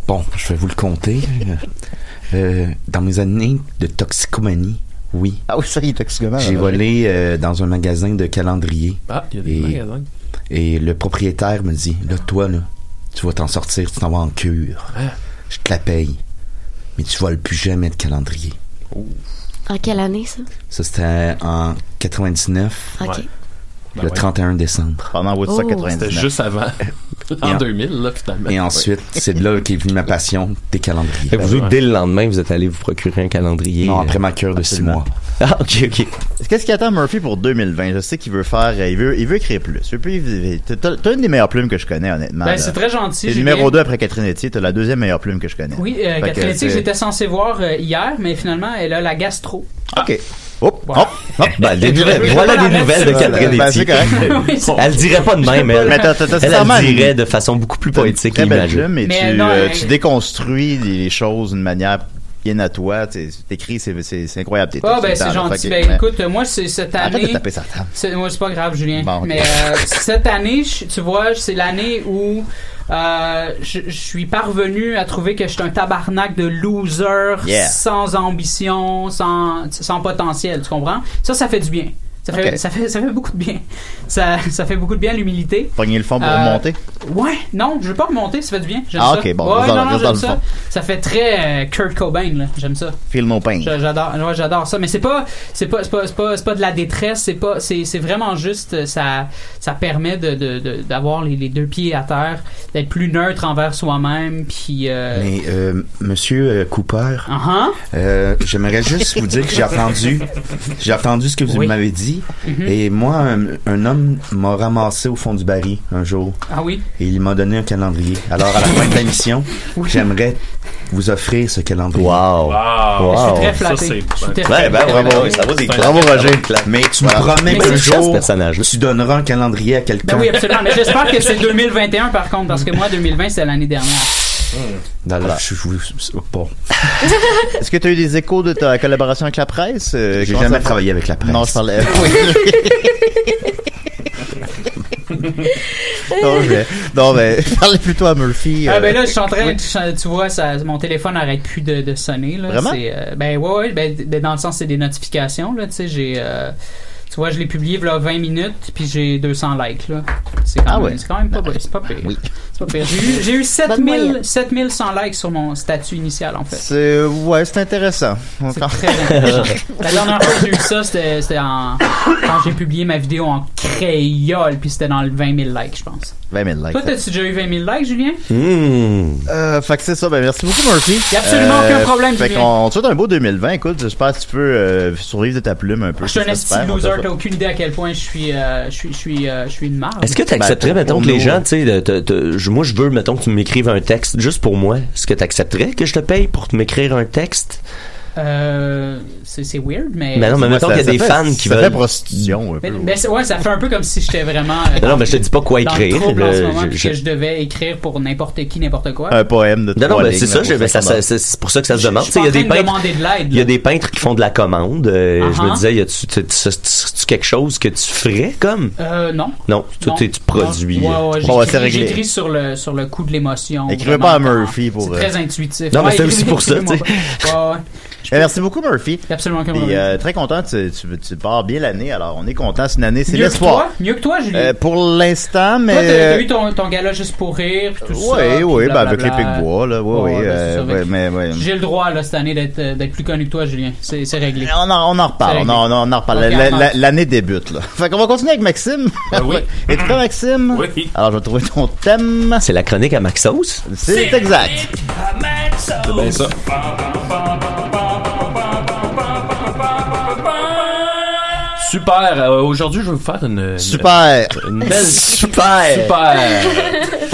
Bon, je vais vous le compter. Euh, dans mes années de toxicomanie, Oui.
Ah oui, ça, il est excellent.
J'ai volé euh, dans un magasin de calendrier.
Ah, il y a des
Et-
magasins.
Et le propriétaire me dit Là, toi, là, tu vas t'en sortir, tu t'en vas en cure.
Hein?
Je te la paye. Mais tu voles plus jamais de calendrier.
En quelle année, ça?
Ça, c'était en 99.
Ok. Ouais.
Le
Ben ouais.
31 décembre.
Pendant
Oh. C'était juste avant.
Et
en
en-
2000, là, finalement.
Et ensuite, c'est de là qu'est venue ma passion des calendriers.
Fait que vous autres, dès le lendemain, vous êtes allé vous procurer un calendrier.
Non, après ma cure de six mois.
Ah, ok, ok.
Qu'est-ce qu'il attend Murphy pour 2020? Je sais qu'il veut faire, euh, il veut, il veut écrire plus. Et puis, il- il- T'as t'as une des meilleures plumes que je connais, honnêtement.
Ben,
là.
c'est très gentil,
T'es
Julien.
numéro 2 après Catherine Etier, t'as la deuxième meilleure plume que je connais.
Oui, euh,
Fait que
Catherine Etier,
c'est-
j'étais censé voir euh, hier, mais finalement, elle a la gastro.
Ah.
OK. Hop, hop, hop.
Ben, des nouvelles.
Je vais
Voilà
pas la
des nouvelles de
mettre,
Catherine
celle-là. Ben,
Etier.
c'est correct.
Oui, c'est-
Elle le dirait pas de même, elle.
Mais t'as- t'as- t'as
Elle, elle
sûrement
le
une-
dirait de façon beaucoup plus poétique
Très
et
belle
imagée.
plume, mais,
Mais
tu,
non,
euh,
elle-
tu déconstruis les, les choses d'une manière bien à toi. Tu sais, T'écris, c'est- c'est c'est incroyable. tes
Ah,
textes,
ben
tout le
c'est
temps, là.
gentil.
Fait
Ben
que, mais-
écoute, moi, c'est cette
Arrête de
année.
taper sa table.
C'est ouais, c'est pas grave, Julien.
Bon, ok.
Mais euh, cette année, je- tu vois, c'est l'année où euh, je je suis parvenu à trouver que j'étais un tabarnak de loser,
Yeah.
sans ambition, sans, sans potentiel. Tu comprends? Ça, ça fait du bien. Ça fait,
Ok.
ça fait, ça fait beaucoup de bien. Ça, ça fait beaucoup de bien l'humilité.
Pogner le fond pour
Euh,
remonter.
Ouais, non, je veux pas remonter, ça fait du bien. J'aime
Ah,
ça.
ok, bon,
Ouais,
reste dans-
non, non,
reste dans
j'aime
le
ça.
fond.
Ça fait très euh, Kurt Cobain, là. J'aime ça.
Feel no pain.
Je- J'adore, ouais, j'adore ça, mais c'est pas, c'est pas, c'est pas, c'est pas, c'est pas de la détresse, c'est pas, c'est, c'est vraiment juste, euh, ça, ça permet de, de- de- d'avoir les, les deux pieds à terre, d'être plus neutre envers soi-même, puis. euh,
Mais, euh, monsieur euh, Cooper,
Uh-huh.
euh, j'aimerais juste vous dire que j'ai entendu, j'ai entendu ce que vous
Oui.
m'avez dit.
Mhm.
Et moi, un, un homme m'a ramassé au fond du baril un jour.
Ah oui?
Et il m'a donné un calendrier. Alors, à la fin de la mission, j'aimerais vous offrir ce calendrier. Wow!
Ah.
Je suis très flatté. Je suis très
Ouais, ben,
flatté.
bravo, ça vaut des claques. Mais tu me
Voilà.
promets
Mais
qu'un
c'est chiant, ce
jour, tu donneras un calendrier à quelqu'un.
Ben oui, absolument, mais j'espère que c'est 2021 par contre, parce que moi, 2020, c'était l'année dernière.
Non, là, je suis bon.
Est-ce que tu as eu des échos de ta collaboration avec la presse? Euh,
J'ai
comment
jamais
ça-
travaillé avec la presse.
Non, je parlais. Oui. non, je vais- non, mais parlez plutôt à Murphy.
Ah
euh,
ben là, je suis en train, de- je- tu vois, ça, mon téléphone arrête plus de, de sonner. Là.
Vraiment?
C'est, euh, ben ouais, ouais, ben, d- dans le sens, c'est des notifications. Là, tu sais, j'ai, euh, tu vois, je l'ai publié voilà 20 minutes, puis j'ai 200 likes. Là. C'est quand
Ah ben
même,
ouais.
c'est quand même pas, pire, c'est pas pire. C'est pas pire. J'ai eu, j'ai eu 7000, 7100 likes sur mon statut initial, en fait.
C'est euh, ouais, c'est intéressant. Encore.
Très bien. La dernière fois que j'ai eu ça, c'était, c'était en, quand j'ai publié ma vidéo en créole, puis c'était dans le 20 000 likes, je pense.
20 000 likes.
Toi, t'as-tu déjà eu 20 000 likes, Julien?
Hmm.
Euh, fait que c'est ça. Ben, merci beaucoup, Murphy. Euh,
Y a absolument aucun problème,
Fait
Julien.
qu'on on te souhaite un beau 2020. Écoute, j'espère que tu peux euh, survivre de ta plume un peu.
Je suis un
ça,
esti
j'espère. On te
loser,
souhaite-
t'as aucune idée à quel point je suis, euh, je suis, je suis, euh, je suis une marde.
Est-ce que tu accepterais,
Ben,
mettons,
pour
que les
nous-
gens, tu sais, de- de- de- je- moi, je veux, mettons, que tu m'écrives un texte juste pour moi. Est-ce que tu accepterais que je te paye pour te m'écrire un texte?
Euh, c'est c'est weird, mais.
Mais non, mais
Ouais,
mettons
ça-
qu'il y a
ça
des
fait-
fans qui
ça
veulent.
fait prostitution, un peu.
Mais- mais c'est- ouais, ça fait un peu comme si j'étais vraiment. euh,
Non, non, mais je te dis pas quoi
dans
écrire.
Le trouble en ce
Euh,
moment,
je-
puis
je-
que je devais écrire pour n'importe qui, n'importe quoi.
Un poème de
Non, non,
trois
mais
lignes,
c'est ça,
là,
je-
pour
mais ça-
50
ça- c'est c'est pour ça que ça se demande.
Je
Tu
suis
sais,
en
Il y a
train
des
de
peintres.
demander de l'aide.
Il y a des peintres qui font de la commande. Euh, Je
Uh-huh.
me disais, y a-tu tu- tu- ça- c'est-tu quelque chose que tu ferais comme?
Euh, non.
Non, toi,
Non.
t'es- tu produis.
Ouais, ouais,
Bon,
j'écris-
c'est réglé.
J'écris sur le, sur le coup de l'émotion.
Écrivez
vraiment,
pas à
vraiment.
Murphy pour,
C'est
euh,
très intuitif.
Non, mais
Ouais,
c'est aussi
écrivez-
pour ça,
écrivez-moi
tu sais.
pas. Ouais, ouais.
Eh,
Ben, merci beaucoup, Murphy.
Absolument aucun
Puis,
problème.
euh, très content, tu, tu, tu pars bien l'année, alors on est content. C'est une année, c'est
Mieux que
l'espoir.
toi, mieux que toi, Julien.
Euh, pour l'instant, mais.
Toi, t'as t'as
euh,
eu ton, ton gala juste pour rire, puis tout ça.
Oui,
puis
oui, ben
blablabla.
avec les pics-bois, là, oui,
Ouais,
oui,
ben,
euh,
c'est ça,
ouais,
avec-
mais, ouais.
J'ai le droit, là, cette année, d'être euh, d'être plus connu que toi, Julien. C'est c'est réglé.
On en, on en reparle, on en, on en reparle.
Ok,
La-
on en-
la- L'année débute, là. Fait qu'on va continuer avec Maxime.
oui.
Et toi, Maxime?
Oui.
Alors, je vais trouver ton thème.
C'est la chronique à Maxos?
C'est exact.
C'est bien ça. Super. Euh, Aujourd'hui, je vais vous faire une. une-
Super.
Une belle.
Super.
Super.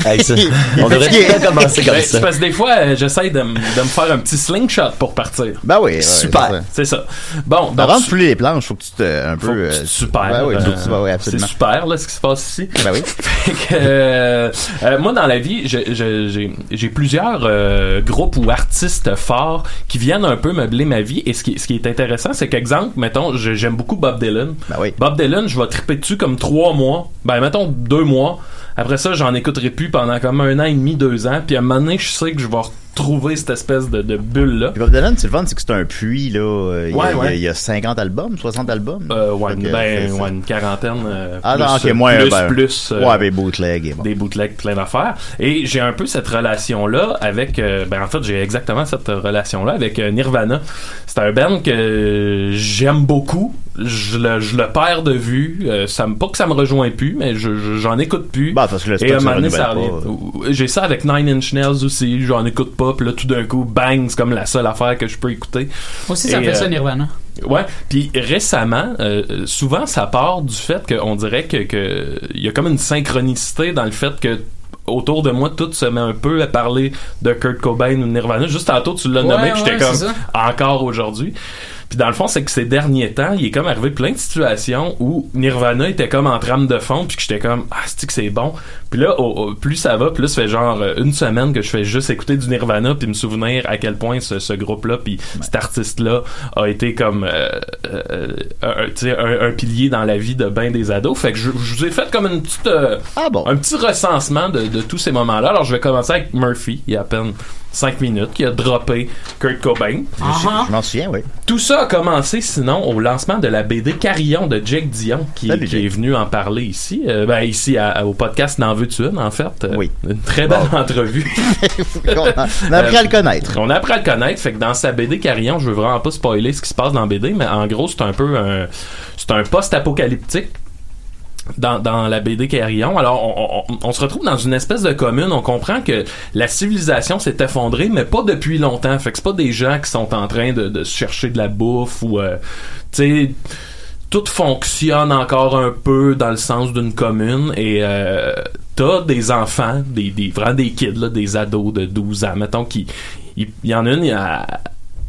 Hey, ça, on devrait pas commencer comme
Ben,
ça.
c'est Parce que des fois, euh, j'essaie de, m- de me faire un petit slingshot pour partir.
Ben oui. ouais, c'est ça.
C'est ça. Bon,
Avant
donc,
de plier les planches, faut que tu te. Un peu. euh,
super.
Ben oui,
euh,
faut que tu- ben oui, absolument.
C'est super là, ce qui se passe ici.
Ben oui.
Fait que, euh, euh, moi, dans la vie, je- je- j'ai j'ai plusieurs euh, groupes ou artistes forts qui viennent un peu meubler ma vie. Et ce qui, ce qui est intéressant, c'est qu'exemple, mettons, je- j'aime beaucoup Bob Dylan.
oui.
Bob Dylan, je vais triper dessus comme trois mois. Ben, mettons Ben, deux mois. Après ça, j'en écouterai plus pendant comme un an et demi, deux ans. Puis à un moment donné, je sais que je vais retrouver cette espèce de, de bulle-là.
Bob Dylan, c'est le fun, c'est que c'est un puits, là. euh, Il y, a-
Ouais,
il y a-
ouais.
il y a 50 albums, 60 albums.
Euh, ouais,
Fait que
ben,
c'est ça.
ouais, une quarantaine. euh,
Ah,
plus,
non, ok,
euh,
moi,
plus,
ben,
plus,
ouais, ben, bootleg et bon.
Des bootlegs, plein d'affaires. Et j'ai un peu cette relation-là avec. euh, ben, en fait, j'ai exactement cette relation-là avec euh, Nirvana. C'est un band que j'aime beaucoup. Je le, je le perds de vue. Euh, ça me, pas que ça me rejoint plus, mais je- je- j'en écoute plus.
parce Bah, que le
Et
stock
à un
se
moment donné,
renouvelle
ça
pas.
revient. J'ai ça avec Nine Inch Nails aussi. J'en écoute pas. Puis là, tout d'un coup, bang, c'est comme la seule affaire que je peux écouter.
Aussi, ça
Et,
fait
euh,
ça, Nirvana.
Ouais, puis récemment, euh, souvent ça part du fait qu'on dirait que que il y a comme une synchronicité dans le fait que autour de moi tout se met un peu à parler de Kurt Cobain ou Nirvana. Juste tantôt tu l'as
Ouais,
nommé, puis
ouais,
j'étais
c'est ça.
comme encore aujourd'hui. Puis dans le fond, c'est que ces derniers temps, il est comme arrivé plein de situations où Nirvana était comme en trame de fond, puis que j'étais comme ah c'est que c'est bon. Puis là, au- au- plus ça va, plus ça fait genre euh, une semaine que je fais juste écouter du Nirvana, puis me souvenir à quel point ce, ce groupe-là, puis cet artiste-là a été comme euh, euh, un, tu sais, un- un pilier dans la vie de ben des ados. Fait que je, je vous ai fait comme une petite euh,
Ah
un petit recensement de, de tous ces moments-là. Alors je vais commencer avec Murphy, il y a à peine 5 minutes, qui a droppé Kurt Cobain.
Je- Je m'en souviens, oui.
Tout ça a commencé sinon au lancement de la BD Carillon de Jake Dion qui,
Salut,
qui est venu en parler ici, Euh, ben ici à- à- au podcast N'en veux-tu une en fait. Euh, Une très belle entrevue.
on a- on a appris à le connaître.
On a appris à le connaître, fait que dans sa BD Carillon, je veux vraiment pas spoiler ce qui se passe dans la BD, mais en gros c'est un peu un c'est un post-apocalyptique dans, dans la BD Carillon. Alors, on, on- on se retrouve dans une espèce de commune. On comprend que la civilisation s'est effondrée, mais pas depuis longtemps. Fait que c'est pas des gens qui sont en train de, de se chercher de la bouffe ou, euh, tu sais, tout fonctionne encore un peu dans le sens d'une commune et euh, t'as des enfants, des, des vraiment des kids, là, des ados de 12 ans, mettons, qui, il il y en a une, elle,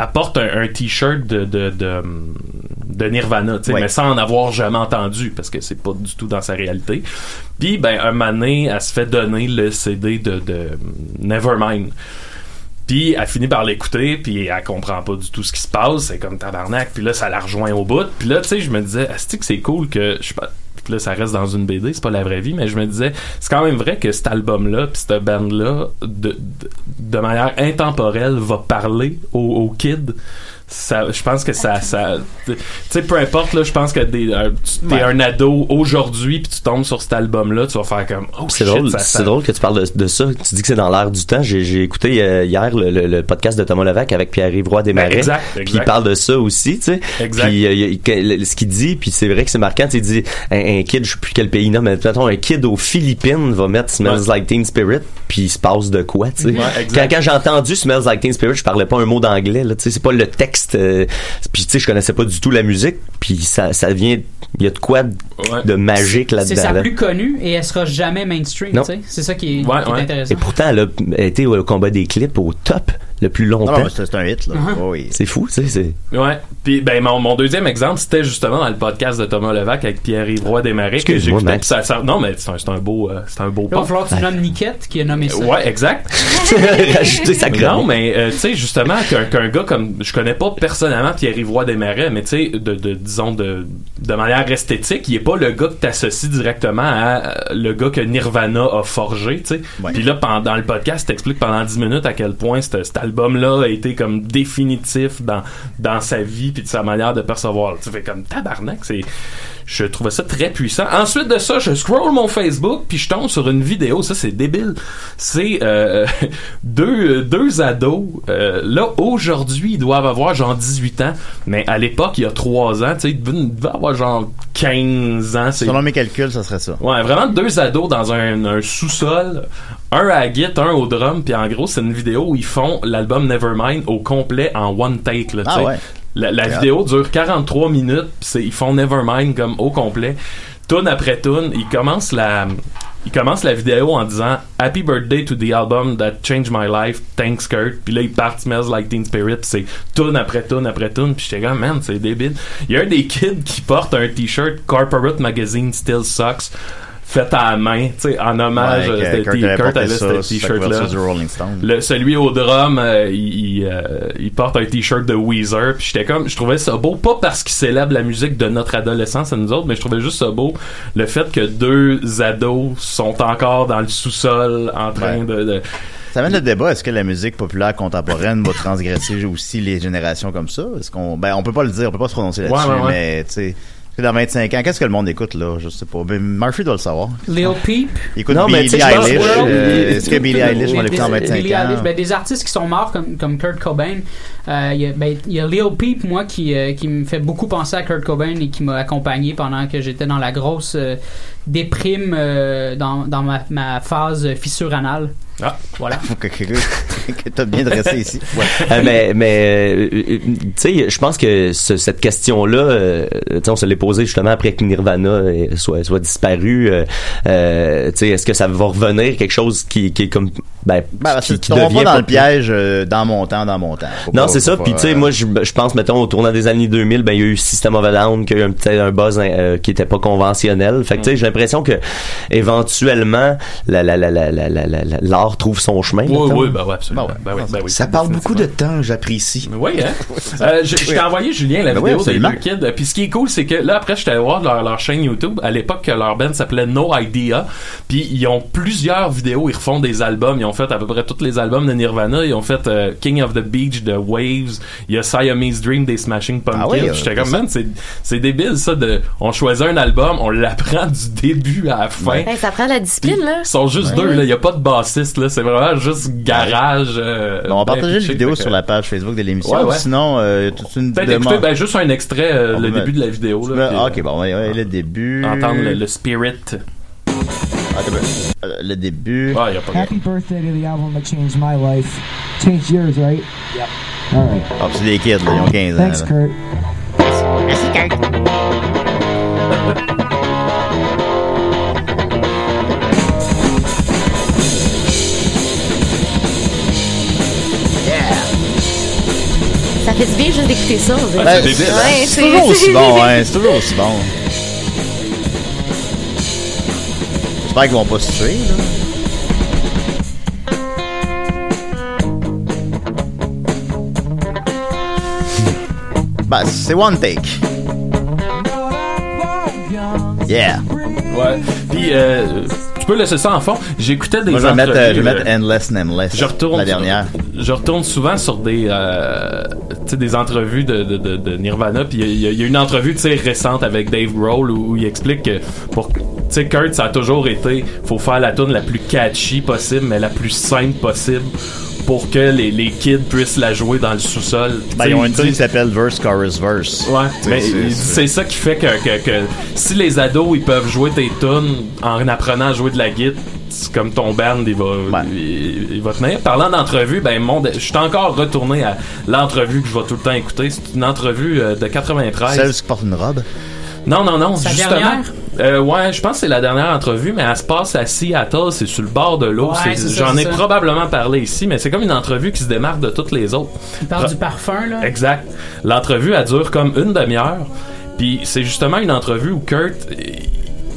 elle porte un, un t-shirt de, de, de, de Nirvana, tu sais, mais sans en avoir jamais entendu, parce que c'est pas du tout dans sa réalité. Puis, ben, un mané, elle se fait donner le CD de, de Nevermind. Puis elle finit par l'écouter, puis elle comprend pas du tout ce qui se passe, c'est comme tabarnak, puis là ça la rejoint au bout. Puis là, tu sais, je me disais, est que c'est cool que je sais pas puis là ça reste dans une BD, c'est pas la vraie vie, mais je me disais, c'est quand même vrai que cet album-là, puis cette band-là, de, de, de manière intemporelle, va parler aux, aux kids. Ça, je pense que ça, ça tu sais, peu importe là, je pense que des, un- tu- t'es
Ouais.
un ado aujourd'hui, puis tu tombes sur cet album-là, tu vas faire comme, oh
C'est
shit,
drôle,
ça,
c'est
ça-
drôle que tu parles de, de ça. Tu dis que c'est dans l'air du temps. J'ai, j'ai écouté euh, hier le, le- le podcast de Thomas Levac avec Pierre-Yves Roy Desmarais.
Ben, exact,
Puis il
exact.
parle de ça aussi, tu sais.
Exact.
Puis euh, il y a- il- que- le- ce qu'il dit, puis c'est vrai que c'est marquant. tu sais, Il dit un, un kid, je sais plus quel pays, non, mais mettons, un kid aux Philippines va mettre Smells Like Teen Spirit, puis il se passe de quoi, tu sais.
Ouais,
quand,
exact.
quand j'ai entendu Smells Like Teen Spirit, je parlais pas un mot d'anglais, là, tu sais. C'est pas le texte. euh, puis tu sais, je connaissais pas du tout la musique, puis ça, ça vient. Il y a de quoi de, de magique là-dedans.
C'est sa
là.
plus connue et elle sera jamais mainstream,
Non.
tu sais. C'est ça qui est, qui est intéressant.
Et pourtant, elle a été au combat des clips au top le plus
Ah
longtemps.
Non, non, c'est-
un hit, là. Oh
Mhm.
C'est fou, tu sais. c'est-
Ouais. Puis ben mon, mon deuxième exemple, c'était justement dans le podcast de Thomas Levac avec Pierre-Yves Roy Desmarais que
Excuse-moi,
j'écoutais.
Max.
puis Ça, ça- non mais c'est un, c'est un beau euh, c'est un beau
Là, il va
pas.
falloir que tu nommes Niquette qui a nommé ça.
Ouais, exact.
Rajouter sa chronique.
Non, mais euh, tu sais, justement, qu'un qu'un gars comme. Je connais pas personnellement Pierre-Yves Roy Desmarais, mais tu sais, de, de- disons, de, de manière esthétique, il est pas le gars que t'associes directement à euh, le gars que Nirvana a forgé, tu sais. Puis là, pendant dans le podcast, t'expliques pendant 10 minutes à quel point cet cet album-là a été comme définitif dans, dans sa vie puis de sa manière de percevoir. Tu fais comme tabarnak, c'est. Je trouvais ça très puissant. Ensuite de ça, je scroll mon Facebook puis je tombe sur une vidéo. Ça, c'est débile. C'est euh, deux, euh, deux ados. euh, là, aujourd'hui, ils doivent avoir genre 18 ans. Mais à l'époque, il y a 3 ans, tu sais, ils devaient- ils devaient avoir genre 15 ans. c'est-
Selon mes calculs, ça serait ça.
Ouais, vraiment deux ados dans un, un sous-sol, un à la guitare, un au drum, puis en gros, c'est une vidéo où ils font l'album Nevermind au complet en one take. Là,
Ah
tu sais.
ouais.
La, la
Yeah.
vidéo dure 43 minutes, puis c'est- ils font Nevermind comme au complet, tune après tune. Ils commencent la, ils commencent la vidéo en disant Happy birthday to the album that changed my life, thanks Kurt. Puis là, ils partent Smells Like Teen Spirit, puis c'est tune après tune après tune. Puis j'étais comme, man, c'est débile. Il y a un des kids qui porte un t-shirt Corporate Magazine Still Sucks. fait à la main, tu sais, en hommage. euh,
Ouais, que
c'était-
euh, Kurt
Kurt
avait porté
avait
ça
ce
sur sa couverture
t-shirt-là.
du Rolling Stone.
Le- celui au drum, euh, il, il, euh, il porte un t-shirt de Weezer. Puis j'étais comme, je trouvais ça beau, pas parce qu'il célèbre la musique de notre adolescence à nous autres, mais je trouvais juste ça beau le fait que deux ados sont encore dans le sous-sol en train
Ouais.
de- de
Ça amène le débat, est-ce que la musique populaire contemporaine va transgresser aussi les générations comme ça? Est-ce qu'on ben on peut pas le dire, on peut pas se prononcer là-dessus,
Ouais, ouais, ouais.
mais tu sais. est-ce que Dans 25 ans, qu'est-ce que le monde écoute là? Je sais pas. Ben, Murphy doit le savoir.
Lil Peep.
Il écoute Billie Eilish. euh, Est-ce que Billie Eilish va l'écouter en 25
Billie
ans?
Eilish, ben, des artistes qui sont morts comme, comme Kurt Cobain. Euh, Il y, a- ben, il y a Lil Peep, moi, qui, euh, qui me fait beaucoup penser à Kurt Cobain et qui m'a accompagné pendant que j'étais dans la grosse euh, déprime euh, dans, dans ma, ma phase fissure anale.
Ah,
voilà.
que que t'as bien dressé ici.
Euh, mais mais euh, euh, tu sais, je pense que ce- cette question-là, euh, tu sais, on se l'est posée justement après que Nirvana euh, soit, soit disparu. euh, euh, tu sais, est-ce que ça va revenir quelque chose qui, qui est comme ben,
Ben, parce que
qui,
tu tombes pas dans le
populaire?
piège euh, dans mon temps, dans mon temps. Faut
Non,
pas-
c'est
faut
ça.
pas,
Puis tu sais,
euh,
moi, je, ben, je pense, mettons, au tournant des années 2000, ben il y a eu System of a Down, qui a eu un petit un buzz euh, qui était pas conventionnel. Fait que tu sais, j'ai l'impression que éventuellement, la la la la la la la- la- l'art trouve son chemin.
Oui,
mettons.
oui, bah ouais, absolument. Ben oui, ben oui.
Ça parle beaucoup de temps, j'apprécie.
Oui, hein? Euh, je je t'ai envoyé, Julien, la
Ben oui,
vidéo des
absolument.
deux kids. Puis ce qui est cool, c'est que là, après, j'étais allé voir leur, leur chaîne YouTube. À l'époque, leur band s'appelait No Idea. Puis ils ont plusieurs vidéos. Ils refont des albums. Ils ont fait à peu près tous les albums de Nirvana. Ils ont fait euh, King of the Beach de Waves. Il y a Siamese Dream des Smashing Pumpkins.
Ah oui,
Puis
euh,
j'étais comme,
ça.
man, c'est c'est débile, ça. De, on choisit un album, on l'apprend du début à la fin.
Hey, Ben, ça prend la discipline, là.
Ils sont juste
Ouais.
deux, là. Il n'y a pas de bassiste, là. C'est vraiment juste garage. euh,
Ben, on va
bien
partager la
pitché,
vidéo
fait que-
sur la page Facebook de l'émission.
Ouais, ouais.
Sinon, euh, toute une
Peut-être
demande-
écouter ben, juste un extrait, euh,
On
le
peut
début
mettre-
de la vidéo.
tu
Là,
mets- Ah,
puis,
ok,
euh,
bon, ouais, ouais, le début.
Entendre le, le spirit.
Attends, ben, euh, le début.
Ah, y a pas
Happy birthday to the album that changed my life. Changed yours, right? Yep. All right.
Ah, puis c'est des kids, là, ils ont 15 ans.
Thanks,
là.
Kurt. Merci, Kurt.
Ça fait du bien juste d'écouter ça. on dirait.
Ben,
Ouais,
c'est
hein?
c'est
c'est-
toujours aussi bon, hein. C'est toujours aussi bon. J'espère qu'ils vont pas se tuer, là. Ben, c'est one take. Yeah.
Ouais. Puis, euh, tu peux laisser ça en fond. J'écoutais des.
Moi, je vais mettre, euh, je vais
entrevues,
mettre
euh,
Endless Nameless.
je retourne
La dernière.
je retourne souvent sur des euh, tu sais, des entrevues de, de, de, de Nirvana puis il y a- il y, a- il y a une entrevue tu sais, récente avec Dave Grohl où, où il explique que pour tu sais Kurt ça a toujours été faut faire la tune la plus catchy possible mais la plus simple possible pour que les, les kids puissent la jouer dans le sous-sol Puis,
Ben,
tu sais,
ils ont
il
une
dit-
tune qui s'appelle Verse Chorus Verse.
Ouais,
Tu sais,
mais
c'est-
il dit, c'est ça qui fait que, que, que si les ados ils peuvent jouer tes tunes en apprenant à jouer de la guitare, c'est comme ton band il va, il, il va tenir. Parlant d'entrevue, ben mon, dé- je suis encore retourné à l'entrevue que je vais tout le temps écouter. C'est une entrevue euh, de 93.
Celle qui porte une robe.
Non, non, non.
Sa
justement.
dernière?
Euh, ouais, je pense que c'est la dernière entrevue, mais elle se passe à Seattle, c'est sur le bord de l'eau.
Ouais,
C'est-
c'est ça,
J'en
c'est
ai
ça.
probablement parlé ici, mais c'est comme une entrevue qui se démarque de toutes les autres.
Il parle
Pro-
Ah.
du parfum, là.
Eh.
Exact. L'entrevue, elle dure comme une demi-heure. Puis c'est justement une entrevue où Kurt. eh,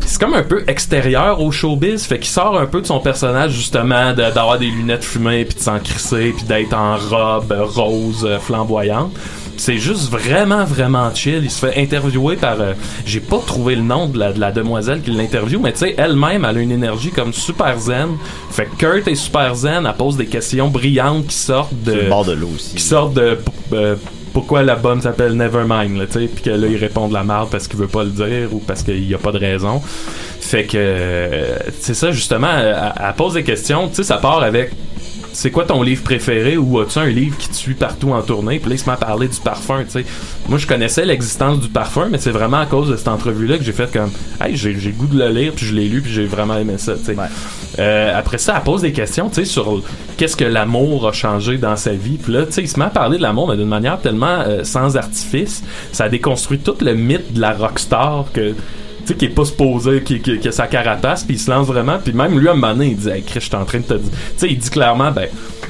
C'est comme un peu extérieur au showbiz, fait qu'il sort un peu de son personnage justement de- d'avoir des lunettes fumées, puis de s'en crisser, puis d'être en robe euh, rose euh, flamboyante. C'est juste vraiment, vraiment chill. Il se fait interviewer par... euh, J'ai pas trouvé le nom de la, de la demoiselle qui l'interviewe, mais tu sais, elle-même, elle a une énergie comme super zen. Fait que Kurt est super zen, elle pose des questions brillantes qui sortent de...
Sur le bord de l'eau aussi.
Qui sortent de... p- euh, pourquoi l'album s'appelle Nevermind, là, tu sais, puis que là, il répond de la merde parce qu'il veut pas le dire ou parce qu'il y a pas de raison. Fait que, euh, c'est ça, justement, elle, elle pose des questions, tu sais, ça part avec c'est quoi ton livre préféré ou as-tu un livre qui te suit partout en tournée? Puis là, il se met à parler du parfum, tu sais. Moi, je connaissais l'existence du parfum, mais c'est vraiment à cause de cette entrevue-là que j'ai fait comme, hey, j'ai j'ai le goût de le lire, puis je l'ai lu, puis j'ai vraiment aimé ça, tu sais. Euh, après ça, elle pose des questions, tu sais, sur qu'est-ce que l'amour a changé dans sa vie. Puis là, tu sais, il se met à parler de l'amour, mais d'une manière tellement euh, sans artifice. Ça déconstruit tout le mythe de la rockstar que tu sais, qui est pas supposé, qui, qui, qui a sa carapace, puis il se lance vraiment, puis même lui, à un moment donné, il dit, hey, Chris, je suis en train de te dire. Tu sais, il dit clairement, ben,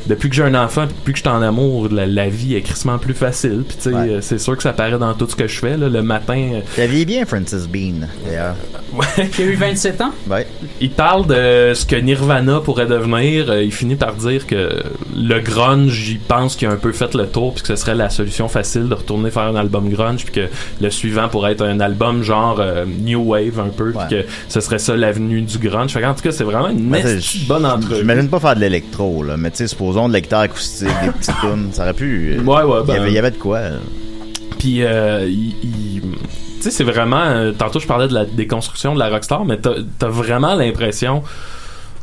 depuis que j'ai un enfant, puis depuis que je suis en amour, la, la vie est crissement plus facile. Puis tu sais, euh, c'est sûr que ça paraît dans tout ce que je fais. Là, le matin. euh,
La vie est bien, Francis Bean, d'ailleurs.
Qui a eu 27 ans?
Il parle de ce que Nirvana pourrait devenir. Euh, Il finit par dire que le grunge, il pense qu'il a un peu fait le tour, puis que ce serait la solution facile de retourner faire un album grunge, puis que le suivant pourrait être un album genre euh, new wave un peu, puis que ce serait ça l'avenue du grunge. Fait en tout cas, c'est vraiment une
Ouais,
esti-
c'est- J'imagine pas faire de l'électro, là, mais tu sais, supposons de la guitare acoustique, des petites tunes, ça aurait pu. euh,
Ouais, ouais,
il y
ben-
avait- Il y avait de quoi. là.
Puis, euh, il- il- tu sais, c'est vraiment. euh, tantôt, je parlais de la déconstruction de la rockstar, mais t'as t'as vraiment l'impression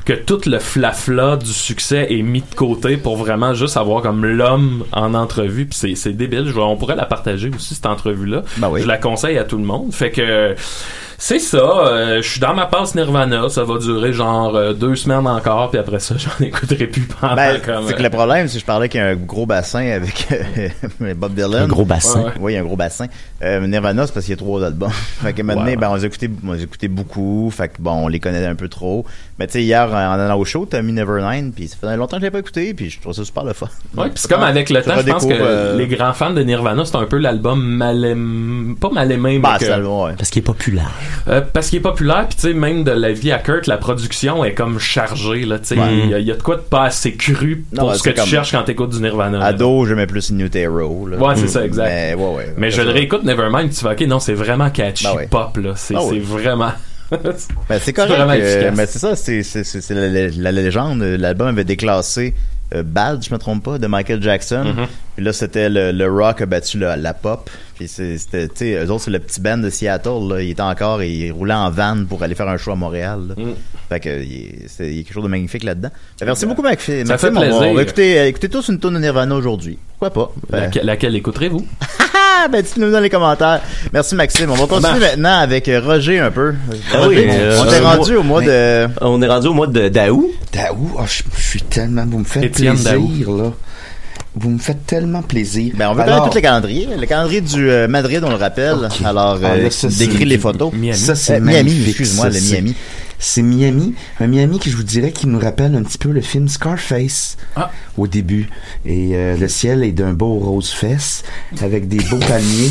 que tout le flafla du succès est mis de côté pour vraiment juste avoir comme l'homme en entrevue. Puis c'est- c'est débile. Je vais- on pourrait la partager aussi, cette entrevue-là.
Ben
Je la conseille à tout le monde. Fait que c'est ça. euh, je suis dans ma passe Nirvana. Ça va durer genre euh, deux semaines encore. Puis après ça, j'en écouterai plus pendant
Ben,
comme... euh,
c'est que le problème, si je parlais qu'il y a un gros bassin avec euh, Bob Dylan.
Un gros bassin. Ouais, ouais.
Oui, il y a un gros bassin. Euh, Nirvana, c'est parce qu'il y a trois albums. fait que maintenant,
Ouais.
ben, on les écoutait, on les écoutait beaucoup. Fait que bon, on les connaît un peu trop. Mais tu sais, hier, en allant au show, t'as mis Nevermind, puis ça faisait longtemps que je l'avais pas écouté, puis je trouve ça super le fun.
Ouais, puis c'est comme avec le temps, je pense que
redécouvre, euh,
les grands fans de Nirvana, c'est un peu l'album mal aimé, pas mal aimé, mais
Bah,
que-
c'est l'album, ouais.
Parce qu'il est populaire.
Euh, parce qu'il est populaire, puis tu sais, même de la vie à Kurt, la production est comme chargée, là, tu sais,
Ouais.
il y a- il y, a de quoi de pas assez cru
Non,
pour
ben,
ce que
c'est
tu
comme-
cherches quand t'écoutes du Nirvana. là.
Ado, j'aimais plus In Utero. là.
Ouais, c'est ça, exact.
Mais, ouais, ouais.
Mais je le réécoute Nevermind, tu vas, ok, non, c'est vraiment catchy
Ben ouais.
pop, là, c'est
Ah ouais.
c'est vraiment...
Ben, c'est correct.
vraiment
euh,
efficace.
mais c'est ça, c'est, c'est, c'est- c'est la, la- la légende. L'album avait déclassé euh, Bad, je me trompe pas, de Michael Jackson.
Mhm.
Puis là, c'était le, le rock a battu la, la pop. Puis c'est- c'était, tu sais, eux autres, c'est le petit band de Seattle. Là. Il était encore, il roulait en van pour aller faire un show à Montréal. là.
Mm.
Fait que euh, il, c'est- il y a quelque chose de magnifique là-dedans. Ben, merci beaucoup, Maxime.
Ça fait
Maxime, on va-
plaisir.
On va écouter, euh, écouter tous une tourne de Nirvana aujourd'hui. Pourquoi pas? Ben,
Laquelle, laquelle écouterez-vous?
ah, ben, dites-nous dans les commentaires. Merci, Maxime. On va continuer
Marche.
maintenant avec euh, Roger un peu.
Ah
Euh, Roger,
euh,
on t'est rendu au mois de...
On est rendu au mois de Daou.
Daou, oh, je, je suis tellement. Vous me faites
Étienne
plaisir, là. Vous me faites tellement plaisir.
Ben, on va connaître tout le calendrier. Le calendrier du euh, Madrid, on le rappelle. Alors,
Ah,
euh,
là, ça, c'est-
décris les photos.
Ça, c'est
Euh, Miami,
magnifique,
excuse-moi,
ça,
le
c'est-
Miami.
C'est Miami. Un Miami que je vous dirais qui nous rappelle un petit peu le film Scarface au début. Et euh, le ciel est d'un beau rose fesse avec des beaux palmiers.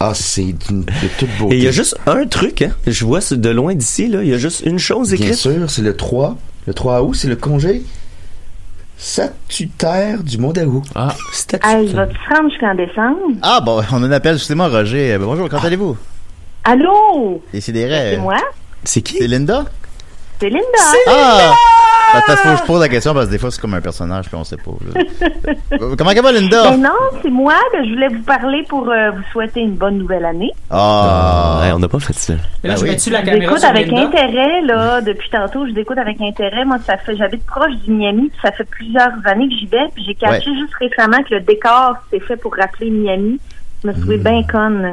Ah, c'est d'une- de toute beauté.
Et il y a juste un truc, hein. Je vois ce- de loin d'ici, là. Il y a juste une chose écrite.
Bien sûr, c'est le 3. Le 3 août, c'est le congé statutaire du mois d'août.
Ah,
Hey, je vais te prendre jusqu'en décembre.
Ah, bon, on en appelle justement Roger. Euh, Bonjour, quand allez-vous?
Ah. Allô?
Et c'est des rêves.
C'est moi?
C'est qui?
C'est Linda?
C'est Linda.
Ah! Ben, parce que faut que je pose la question parce que des fois, c'est comme un personnage, puis on sait pas. là. Euh, Comment ça va, Linda?
Ben non, c'est moi que je voulais vous parler pour euh, vous souhaiter une bonne nouvelle année.
Ah!
on n'a pas fait ça.
Et là, je mets-tu la
Je
caméra
l'écoute
sur
avec
Linda?
intérêt, là. Depuis tantôt, je l'écoute avec intérêt. Moi, ça fait, j'habite proche du Miami, puis ça fait plusieurs années que j'y vais, puis j'ai caché
Ouais.
juste récemment que le décor, c'est fait pour rappeler Miami. Je me suis trouvée bien conne euh,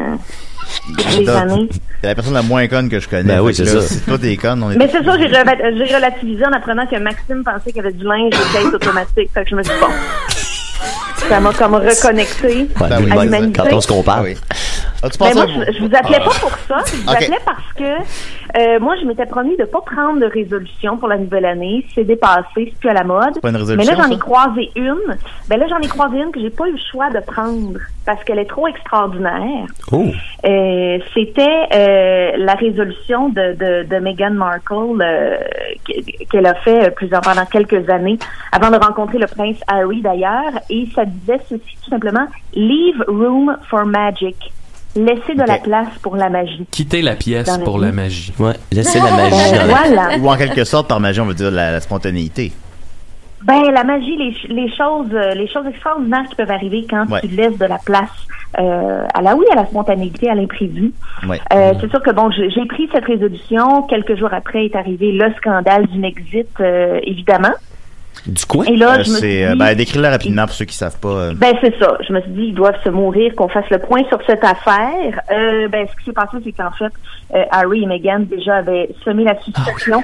toutes les
Linda,
années.
T'es la personne la moins conne que je connais.
Ben oui,
Fait que
c'est
là,
ça.
Si toi, t'es conne, on est.
Mais c'est ça, j'ai reva- j'ai relativisé en apprenant que Maxime pensait qu'il y avait du linge de caisse automatique. Fait que je me suis dit, bon. Ça m'a comme reconnecté
Ouais,
à
ben
nous de même,
l'humanité.
quand on se
Ah
compare.
As-tu
Mais moi, je, je vous appelais pas pour ça. Je vous
Ok.
appelais parce que euh, moi, je m'étais promis de pas prendre de résolution pour la nouvelle année. C'est dépassé, c'est plus à la mode.
pas une
Mais
résolution,
là, j'en ai
ça?
croisé une. Ben là, j'en ai croisé une que j'ai pas eu le choix de prendre parce qu'elle est trop extraordinaire.
Oh.
Euh, c'était euh, la résolution de, de, de Meghan Markle euh, qu'- qu'elle a fait euh, plusieurs pendant quelques années avant de rencontrer le prince Harry d'ailleurs et ça disait ceci tout simplement leave room for magic laissez de la place pour la magie
Quitter la pièce
Dans la
pour
vie.
la magie.
Ouais,
laissez la magie dans la- Voilà.
Ou en quelque sorte, par magie, on veut dire la, la spontanéité.
ben la magie les, ch- les choses euh, les choses extraordinaires qui peuvent arriver quand
Ouais.
tu laisses de la place euh, à la oui à la spontanéité à l'imprévu
Ouais. Mm.
Euh, c'est sûr que bon, j'ai j'ai pris cette résolution. Quelques jours après est arrivé le scandale du Nexit, euh, évidemment. Ah.
Du
quoi? Et là, je me suis
c'est, euh,
dit-
ben, décris-le rapidement pour ceux qui savent pas. euh.
Ben c'est ça. Je me suis dit, ils doivent se mourir, qu'on fasse le point sur cette affaire. Euh, ben ce qui s'est passé, c'est qu'en fait, euh, Harry et Meghan déjà avaient semé la suspicion.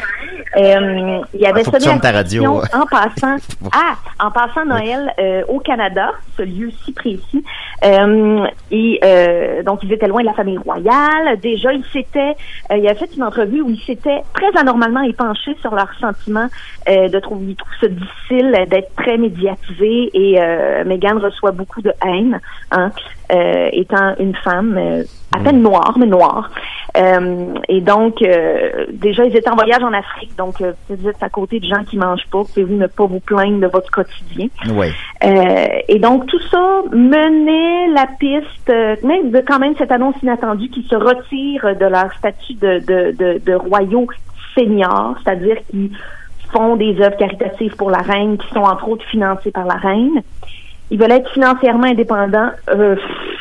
Euh, ils avaient
Faut que tu
semé
fermes ta
la suspicion
radio.
en passant. ah, en passant Noël euh, au Canada, ce lieu si précis. Euh, et euh, donc ils étaient loin de la famille royale. Déjà, ils s'étaient, euh, il a fait une entrevue où ils s'étaient très anormalement épanchés sur leurs sentiments euh, de trouver, ils trouvent ça difficile d'être très médiatisée et euh, Meghan reçoit beaucoup de haine, hein, euh, étant une femme euh, à peine noire, mais noire. Euh, et donc, euh, déjà, ils étaient en voyage en Afrique, donc euh, vous êtes à côté de gens qui mangent pas, pouvez-vous ne pas vous plaindre de votre quotidien.
Ouais.
Euh, et donc, tout ça menait la piste, euh, même de quand même cette annonce inattendue qui se retire de leur statut de, de, de, de royaux seniors, c'est-à-dire qui font des œuvres caritatives pour la reine, qui sont entre autres financées par la reine. Ils veulent être financièrement indépendants. Euh,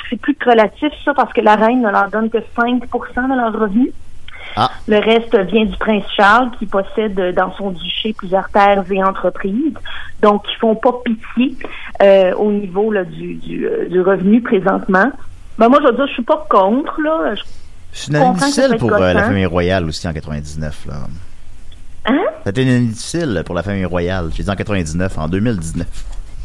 c'est plus que relatif, ça, parce que la reine ne leur donne que 5 de leurs revenus.
Ah.
Le reste vient du prince Charles, qui possède euh, dans son duché plusieurs terres et entreprises. Donc, ils font pas pitié euh, au niveau là, du, du, euh, du revenu présentement. Ben, moi, je veux dire, je suis pas contre. Là. Je-
C'est une année
Comprends que ça peut
difficile
être
pour euh, la
gossant.
famille royale aussi en 99. Là.
Hein?
C'était une année difficile pour la famille royale. J'ai dit en 99, en 2019.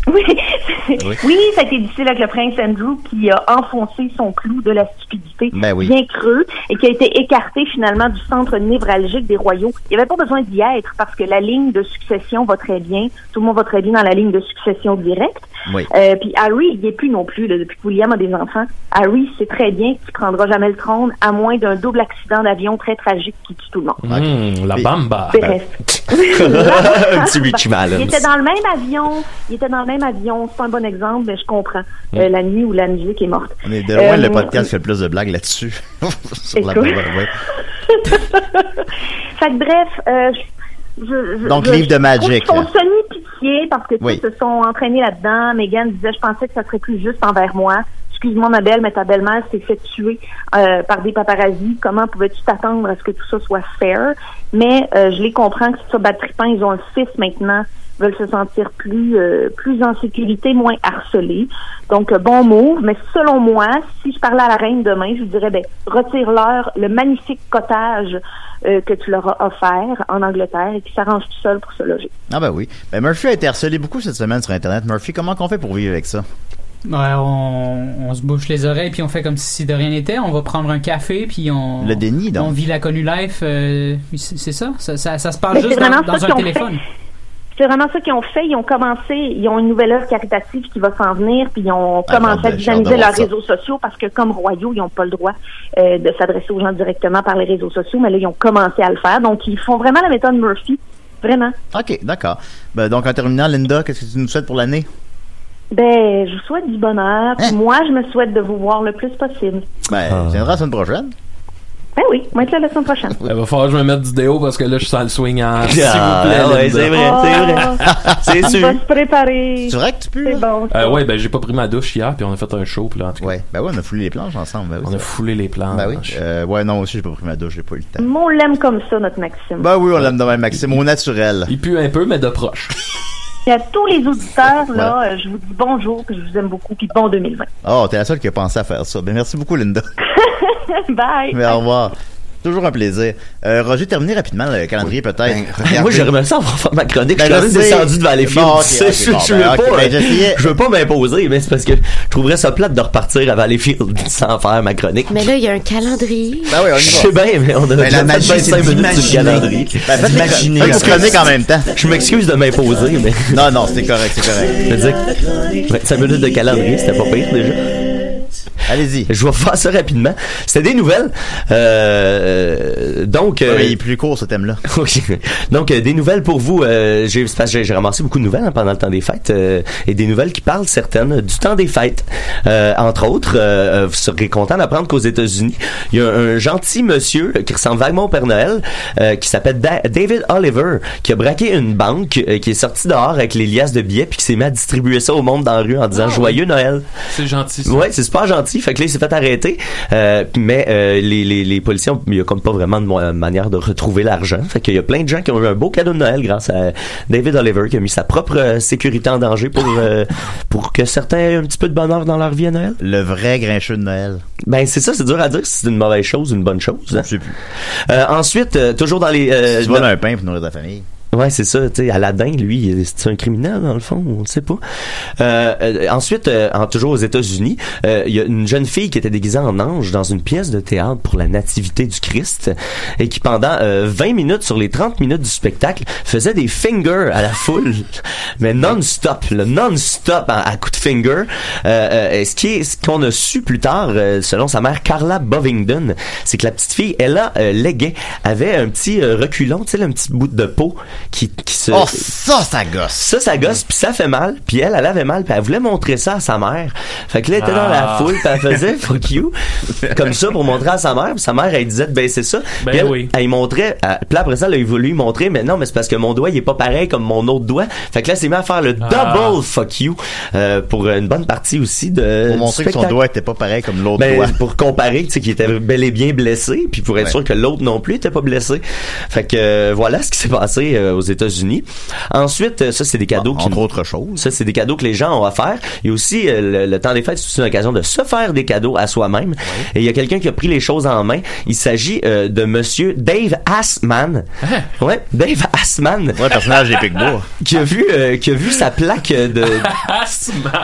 Oui.
Ah Oui.
oui. ça a été difficile avec le prince Andrew qui a enfoncé son clou de la stupidité
Ben oui.
bien creux et qui a été écarté finalement du centre névralgique des royaux. Il n'y avait pas besoin d'y être parce que la ligne de succession va très bien. Tout le monde va très bien dans la ligne de succession directe.
Oui.
Euh, puis Harry, il n'y est plus non plus. là, depuis que William a des enfants, Harry sait très bien qu'il prendra jamais le trône à moins d'un double accident d'avion très tragique qui tue tout le monde.
Mmh, la bamba.
Bref.
Un petit Richie Valens.
Il était dans le même avion. Il était dans le même avion. C'est pas un bon exemple, mais je comprends. Euh, la nuit où la musique est morte.
On est de loin
Euh,
le podcast qui fait le plus de blagues là-dessus. Sur la
Écoute.
ouais.
Fait que bref, euh, je, je- je-
Donc,
je-
livre de
je trouve
Magic,
qu'ils font
là.
semi-pitié parce que tous
Oui.
se sont entraînés là-dedans. Megan disait, je pensais que ça serait plus juste envers moi. Excuse-moi, ma belle, mais ta belle-mère s'est fait tuer euh, par des paparazzis. Comment pouvais-tu t'attendre à ce que tout ça soit fair? Mais euh, je les comprends que c'est ça, battripant, ils ont un fils maintenant, veulent se sentir plus euh, plus en sécurité, moins harcelés. Donc, euh, bon move, mais selon moi, si je parlais à la reine demain, je lui dirais, ben, retire-leur le magnifique cottage euh, que tu leur as offert en Angleterre et qui s'arrange tout seul pour se loger.
Ah ben oui. Ben Murphy a été harcelé beaucoup cette semaine sur Internet. Murphy, comment qu'on fait pour vivre avec ça?
Ouais, on, on se bouche les oreilles puis on fait comme si de rien n'était. On va prendre un café puis on.
Le déni, donc.
On vit la connue life. euh, c'est c'est ça? Ça, ça- ça se passe
Mais
juste
c'est
dans,
vraiment
dans
ça
un
qu'on
téléphone.
C'est vraiment ça qu'ils ont fait. Ils ont commencé, ils ont une nouvelle œuvre caritative qui va s'en venir, puis ils ont
Ah,
commencé
j'ai hâte de-
à dynamiser
j'ai hâte
leurs
de voir
réseaux sociaux parce que comme royaux, ils n'ont pas le droit euh, de s'adresser aux gens directement par les réseaux sociaux, mais là, ils ont commencé à le faire. Donc, ils font vraiment la méthode Murphy. Vraiment.
OK, d'accord. Ben, donc, en terminant, Linda, qu'est-ce que tu nous souhaites pour l'année?
Ben, je vous souhaite du bonheur.
Hein?
Puis Moi, je me souhaite de vous voir le plus possible.
Ben, tu viendras la semaine prochaine.
Ben oui, moi, être là la semaine prochaine.
Il va falloir que je me mette du déo parce que là, je sens le swing en. S'il vous
Ah,
plaît,
ouais,
Linda.
c'est vrai,
c'est On va se préparer.
C'est vrai que tu peux.
C'est bon.
Euh, ouais, ben j'ai pas pris ma douche hier, puis on a fait un show, puis là, en tout cas.
Ouais, ben ouais, on a foulé les planches ensemble. ben on a
foulé les planches.
Ben oui. Euh, ouais, non, aussi, j'ai pas pris ma douche, j'ai pas eu le temps.
Moi, on l'aime comme ça, notre Maxime.
Ben oui, on l'aime de même, Maxime, au naturel.
Il pue un peu, mais de proche.
Et à tous les auditeurs, là, euh, je vous dis bonjour, que je vous aime beaucoup, puis bon 2020.
Oh, t'es la seule qui a pensé à faire ça. Ben, merci beaucoup, Linda.
Bye.
Mais au revoir. Toujours un plaisir. Euh, Roger, terminez rapidement le calendrier, peut-être.
Moi, j'aimerais ça avoir fait ma chronique. je
Ben,
suis quand
je
même
sais.
descendu devant les films.
Bon, ok,
tu sais,
ok,
je,
bon,
je
ben,
veux
ok,
pas,
ben, j'essayais.
je veux pas m'imposer, mais c'est parce que je trouverais ça plate de repartir à Valleyfield sans faire ma chronique.
Mais là, il y a un calendrier.
Ben oui, on y va.
Je sais bien, mais on a
Ben, la
déjà
magie,
fait 25
c'est
minutes sur le
d'imaginer.
calendrier.
Ben, faites
D'imaginer.
une chronique en même temps.
Je m'excuse de m'imposer, mais...
Non, non, c'est correct, c'est correct.
Je veux dire, 25 minutes de calendrier, c'était pas pire, déjà.
Allez-y.
Je vais faire ça rapidement. C'était des nouvelles. Euh, donc...
Ouais, mais il est
plus court, ce thème-là. Donc, euh, des nouvelles pour vous. Euh, j'ai, c'est parce que j'ai, j'ai ramassé beaucoup de nouvelles hein, pendant le temps des fêtes euh, et des nouvelles qui parlent certaines du temps des fêtes. Euh, entre autres, euh, vous serez content d'apprendre qu'aux États-Unis, il y a un gentil monsieur qui ressemble vaguement au Père Noël euh, qui s'appelle Da- David Oliver qui a braqué une banque euh, qui est sorti dehors avec les liasses de billets puis qui s'est mis à distribuer ça au monde dans la rue en disant Joyeux Noël.
C'est gentil. ça.
Ouais, c'est super gentil. Fait que là, il s'est fait arrêter. Euh, mais euh, les, les, les policiers, ont- il y a comme pas vraiment de mo- euh, manière de retrouver l'argent. Fait qu'il y a plein de gens qui ont eu un beau cadeau de Noël grâce à David Oliver qui a mis sa propre euh, sécurité en danger pour euh, pour que certains aient un petit peu de bonheur dans leur vie à Noël.
Le vrai grincheux de Noël.
Ben c'est ça, c'est dur à dire si c'est une mauvaise chose ou une bonne chose. Je sais plus. ensuite, euh, toujours dans les euh,
Tu voles un pain pour nourrir ta famille.
Ouais, c'est ça. Tu sais, Aladdin, lui, il est- c'est un criminel dans le fond. On ne sait pas. Euh, euh, ensuite, euh, en- toujours aux États-Unis, euh, il y a une jeune fille qui était déguisée en ange dans une pièce de théâtre pour la Nativité du Christ et qui pendant euh, 20 minutes sur les 30 minutes du spectacle faisait des fingers à la foule, mais non-stop, le non-stop à, à coup de finger. Euh, euh, et ce qui est, ce qu'on a su plus tard, euh, selon sa mère Carla Bovingdon, c'est que la petite fille Ella euh, Leggett avait un petit euh, reculon, tu sais, là, un petit bout de peau qui, qui se
Oh, ça, ça gosse.
Euh, ça, ça gosse, puis ça fait mal, puis elle, elle avait mal, puis elle voulait montrer ça à sa mère. Fait que là, elle était dans la
Ah.
foule, puis elle faisait fuck you, comme ça, pour montrer à sa mère, puis sa mère, elle disait de baisser ça.
Ben
Puis elle,
oui.
elle y montrait, elle- puis là, après ça, elle a voulu lui montrer, mais non, mais c'est parce que mon doigt, il est pas pareil comme mon autre doigt. Fait que là, elle s'est mis à faire le
Ah.
double fuck you, euh, pour une bonne partie aussi de.
Pour
du
montrer que son
spectacle.
doigt était pas pareil comme l'autre
Ben,
doigt.
pour comparer, tu sais, qu'il était bel et bien blessé, puis pour être
Ouais.
sûr que l'autre non plus était pas blessé. Fait que euh, voilà ce qui s'est passé euh, aux États-Unis. Ensuite, euh, ça c'est des cadeaux qui
autre chose.
Ça c'est des cadeaux que les gens ont à faire. Il y a aussi euh, le, le temps des fêtes, c'est aussi une occasion de se faire des cadeaux à soi-même. Et il y a quelqu'un qui a pris les choses en main. Il s'agit euh, de Monsieur Dave Asman. Ouais, Dave Asman.
Ah. Ouais, personnage des Picbois.
Qui a vu, euh, qui a vu sa plaque euh, de,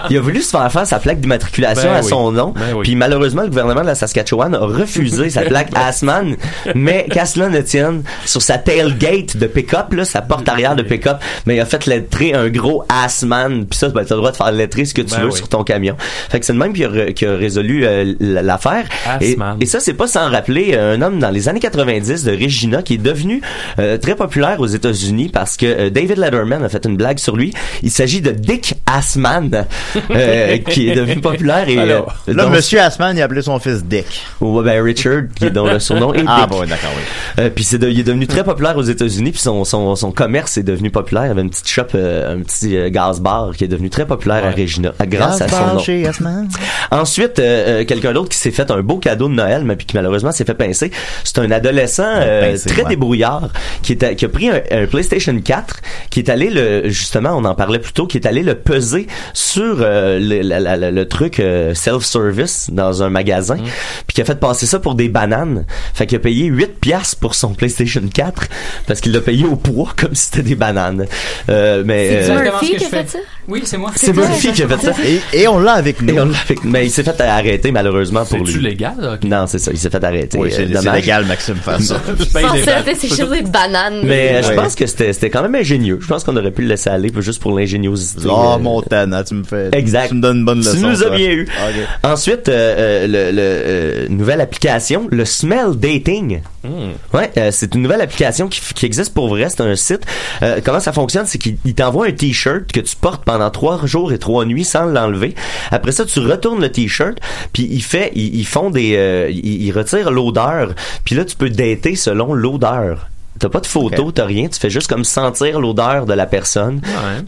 il a voulu se faire faire sa plaque d'immatriculation
Ah, Ben
à
oui.
son nom.
Ben oui.
Puis malheureusement, le gouvernement de la Saskatchewan a refusé sa plaque Asman. Mais qu'à cela ne tienne, sur sa tailgate de pick-up, là, sa porte arrière de pick-up, mais il a fait lettrer un gros Asman. Puis ça, ben, t'as le droit de faire lettrer ce que tu
Ben
veux
oui.
sur ton camion. Fait que c'est le même qui a, re- qui a résolu euh, l- l'affaire. Et,
Assman.
et ça, c'est pas sans rappeler euh, un homme dans les années 90 de Regina qui est devenu euh, très populaire aux États-Unis parce que euh, David Letterman a fait une blague sur lui. Il s'agit de Dick Assman euh, qui est devenu populaire et
Alors,
euh,
là,
dont-
monsieur Asman, il a appelé son fils Dick.
Ouais, ben Richard qui est dont le surnom est
Ah,
Dick.
bon, d'accord, oui.
Euh, puis c'est de- il est devenu très populaire aux États-Unis, puis son, son, son commerce est devenu populaire. Il y avait une petite shop, euh, un petit euh, gas bar qui est devenu très populaire à Regina à- grâce à son nom.
Chez Asman.
Ensuite, euh, euh, quelqu'un d'autre qui s'est fait un beau cadeau de Noël, mais puis qui malheureusement s'est fait pincer. C'est un adolescent euh,
Pincer,
très
ouais.
débrouillard qui, est à- qui a pris un, un PlayStation 4, qui est allé le justement, on en parlait plus tôt, qui est allé le peser sur euh, le, la- la- la- le truc euh, self-service dans un magasin,
Mm.
puis qui a fait passer ça pour des bananes. Fait qu'il a payé 8 piastres pour son PlayStation 4 parce qu'il l'a payé au poids comme si c'était des bananes. Euh, mais
C'est
euh,
exactement ce que
qui
je
a fait
fais.
ça?
Oui, c'est moi.
c'est Murphy qui a fait ça.
Et, on l'a avec nous.
Mais il s'est fait arrêter malheureusement pour lui.
C'est-tu légal?
Non, c'est ça. Il s'est fait arrêter.
Oui, c'est-
Euh,
c'est
dommage. euh,
légal, Maxime, faire ça.
Mais-
Ben,
Je pense que c'était c'est juste des bananes.
Mais euh, je
Ouais.
pense que c'était c'était quand même ingénieux. Je pense qu'on aurait pu le laisser aller juste pour l'ingéniosité.
Oh,
euh,
Montana, tu me fais.
Exact.
Tu me donnes une bonne
Tu
leçon.
nous as
toi.
bien eu.
Ok.
Ensuite, euh, euh, le, le, euh, nouvelle application, le Smell Dating.
Hmm.
Ouais, euh, c'est une nouvelle application qui, f- qui existe pour vrai. C'est un site. Euh, comment ça fonctionne, c'est qu'il il t'envoie un t-shirt que tu portes pendant trois jours et trois nuits sans l'enlever. Après ça, tu retournes le t-shirt, puis il fait, ils ils font des, euh, ils ils retirent l'odeur. Puis là, tu peux dater selon l'odeur. T'as pas de photo, t'as rien, tu fais juste comme sentir l'odeur de la personne.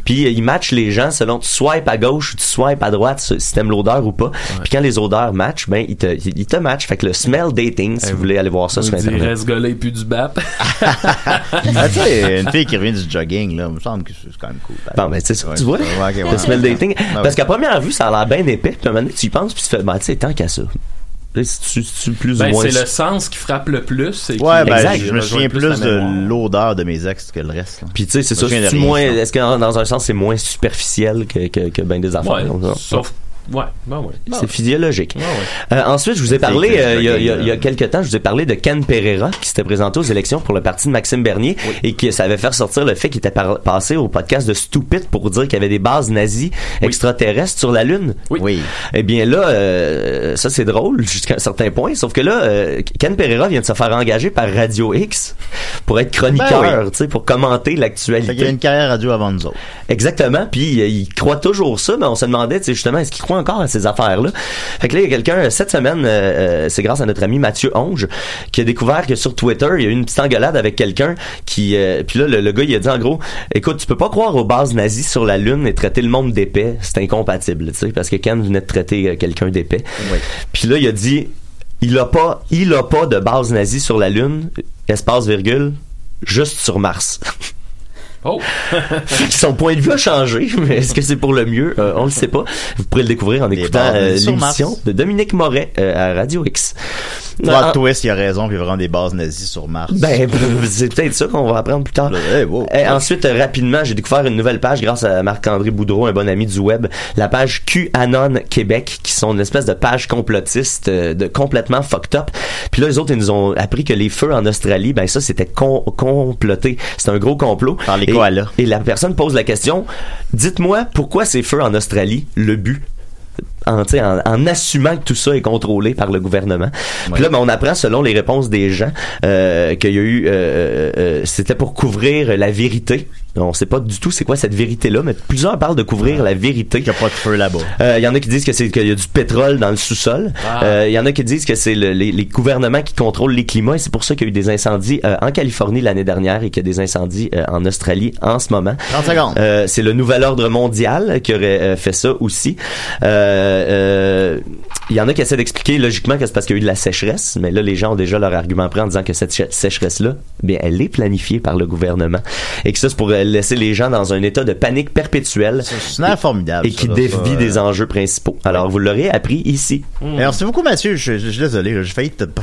Puis euh, ils matchent les gens selon tu swipes à gauche ou tu swipes à droite, si si t'aimes l'odeur ou pas. Puis quand les odeurs matchent, ben ils te, ils ils te matchent. Fait que le smell dating,
Eh,
si vous voulez aller voir ça sur
Il
internet.
reste golé plus du BAP.
Ah, tu sais, une fille qui revient du jogging, là, il me semble que c'est quand même cool.
Bon, ben, tu sais,
Ouais,
tu vois,
ouais, ok, ouais.
le smell dating.
Ah,
Parce
ouais.
qu'à première vue, ça a l'air bien épais. Puis à un moment donné, tu y penses, puis tu fais, ben, tu sais, tant qu'à ça. Là, si tu, si tu plus ou
Ben,
moins.
c'est le sens qui frappe le plus. c'est qui-
Ouais, ben,
Exact.
je me
Rejoins
souviens
plus
plus
la
de
mémoire.
l'odeur de mes ex que le reste. là.
Puis tu sais, c'est
Je
ça.
me souviens
c'est-tu
de rien,
moins,
ça.
est-ce que dans- dans un sens, c'est moins superficiel que, que, que ben des affaires?
Ouais,
Non?
sauf. Ouais, ben ouais. Ben ouais.
C'est physiologique.
ouais.
Euh, ensuite, je vous ai parlé,
que
euh, il y, a- il y a-
je
il y a quelques temps, je vous ai parlé de Ken Pereira qui s'était présenté aux élections pour le parti de Maxime Bernier et qui savait faire sortir le fait qu'il était par- passé au podcast de Stupid pour dire qu'il y avait des bases nazies extraterrestres sur la Lune.
Oui.
Eh bien là, euh, ça c'est drôle jusqu'à un certain point, sauf que là, euh, Ken Pereira vient de se faire engager par Radio X pour être chroniqueur,
Ben
tu sais, pour commenter l'actualité.
Fait qu'il y a une carrière radio avant nous autres.
Exactement. Puis euh, il croit toujours ça, mais on se demandait, tu sais, justement, est-ce qu'il croit encore à ces affaires-là Fait que là, il y a quelqu'un euh, cette semaine, euh, euh, c'est grâce à notre ami Mathieu Onge, qui a découvert que sur Twitter, il y a eu une petite engueulade avec quelqu'un qui, euh, puis là, le, le gars, il a dit en gros, écoute, tu peux pas croire aux bases nazies sur la lune et traiter le monde d'épais, c'est incompatible, tu sais, parce que Ken venait de traiter euh, quelqu'un d'épais. Puis là, il a dit, il a pas, il a pas de base nazie sur la lune, espace virgule, juste sur Mars.
Oh!
Fait que Son point de vue a changé, mais est-ce que c'est pour le mieux? Euh, on le sait pas. Vous pourrez le découvrir en écoutant
bases
euh,
Eh ben, sur Mars.
l'émission de Dominique Moret euh, à Radio X.
Plot twist, il a raison, puis il y a vraiment des bases nazies sur Mars.
Ben, c'est peut-être ça qu'on va apprendre plus tard. Eh, ensuite, euh, rapidement, j'ai découvert une nouvelle page grâce à Marc-André Boudreau, un bon ami du web, la page QAnon Québec, qui sont une espèce de page complotiste euh, de complètement fucked up. Puis là, les autres, ils nous ont appris que les feux en Australie, ben ça, c'était con- comploté. C'était un gros complot. Par les
koalas.
Et la personne pose la question, dites-moi pourquoi ces feux en Australie, le but en, tu sais, en, en assumant que tout ça est contrôlé par le gouvernement. Puis là, ben, on apprend selon les réponses des gens euh, qu'il y a eu, euh, euh, c'était pour couvrir la vérité. On sait pas du tout c'est quoi cette vérité-là, mais plusieurs parlent de couvrir la vérité. Il n'y a
pas de feu là-bas.
Il y en a qui disent que c'est qu'il y a du pétrole dans le sous-sol.
Ah.
Euh, il y en a qui disent que c'est le- les, les gouvernements qui contrôlent les climats et c'est pour ça qu'il y a eu des incendies euh, en Californie l'année dernière et qu'il y a des incendies euh, en Australie en ce moment.
30 secondes.
Euh, c'est le nouvel ordre mondial qui aurait euh, fait ça aussi. Euh, euh, il y en a qui essaient d'expliquer logiquement que c'est parce qu'il y a eu de la sécheresse, mais là les gens ont déjà leur argument pris en disant que cette sé- sécheresse-là, bien, elle est planifiée par le gouvernement et que ça c'est pour euh, laisser les gens dans un état de panique perpétuelle.
C'est formidable.
Et qui
ça, là,
dévie
ça, euh,
des enjeux principaux. Alors vous l'aurez appris ici.
Merci beaucoup, Mathieu. Je, je- je suis désolé, là, j'ai failli te. te-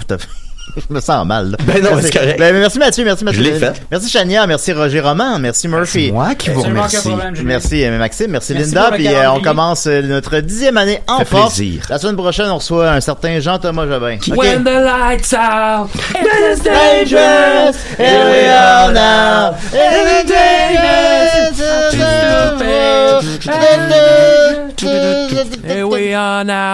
Je me sens mal. là.
Ben non,
Merci.
c'est correct.
Ben, merci Mathieu, merci Mathieu.
l'ai fait.
Merci Chania, merci Roger Roman, merci Murphy. moi
qui vous Absolument, remercie. aucun problème, Julien.
merci euh, Maxime, merci,
Merci
Linda.
pour le
Puis euh, on
calendrier.
commence euh, notre dixième année en
Fait
force.
plaisir.
La semaine prochaine, on reçoit un certain Jean-Thomas Jobin. Ok.
When the lights out, this is
dangerous. Here we are now.
It's dangerous. uh, Eh
Here we are now.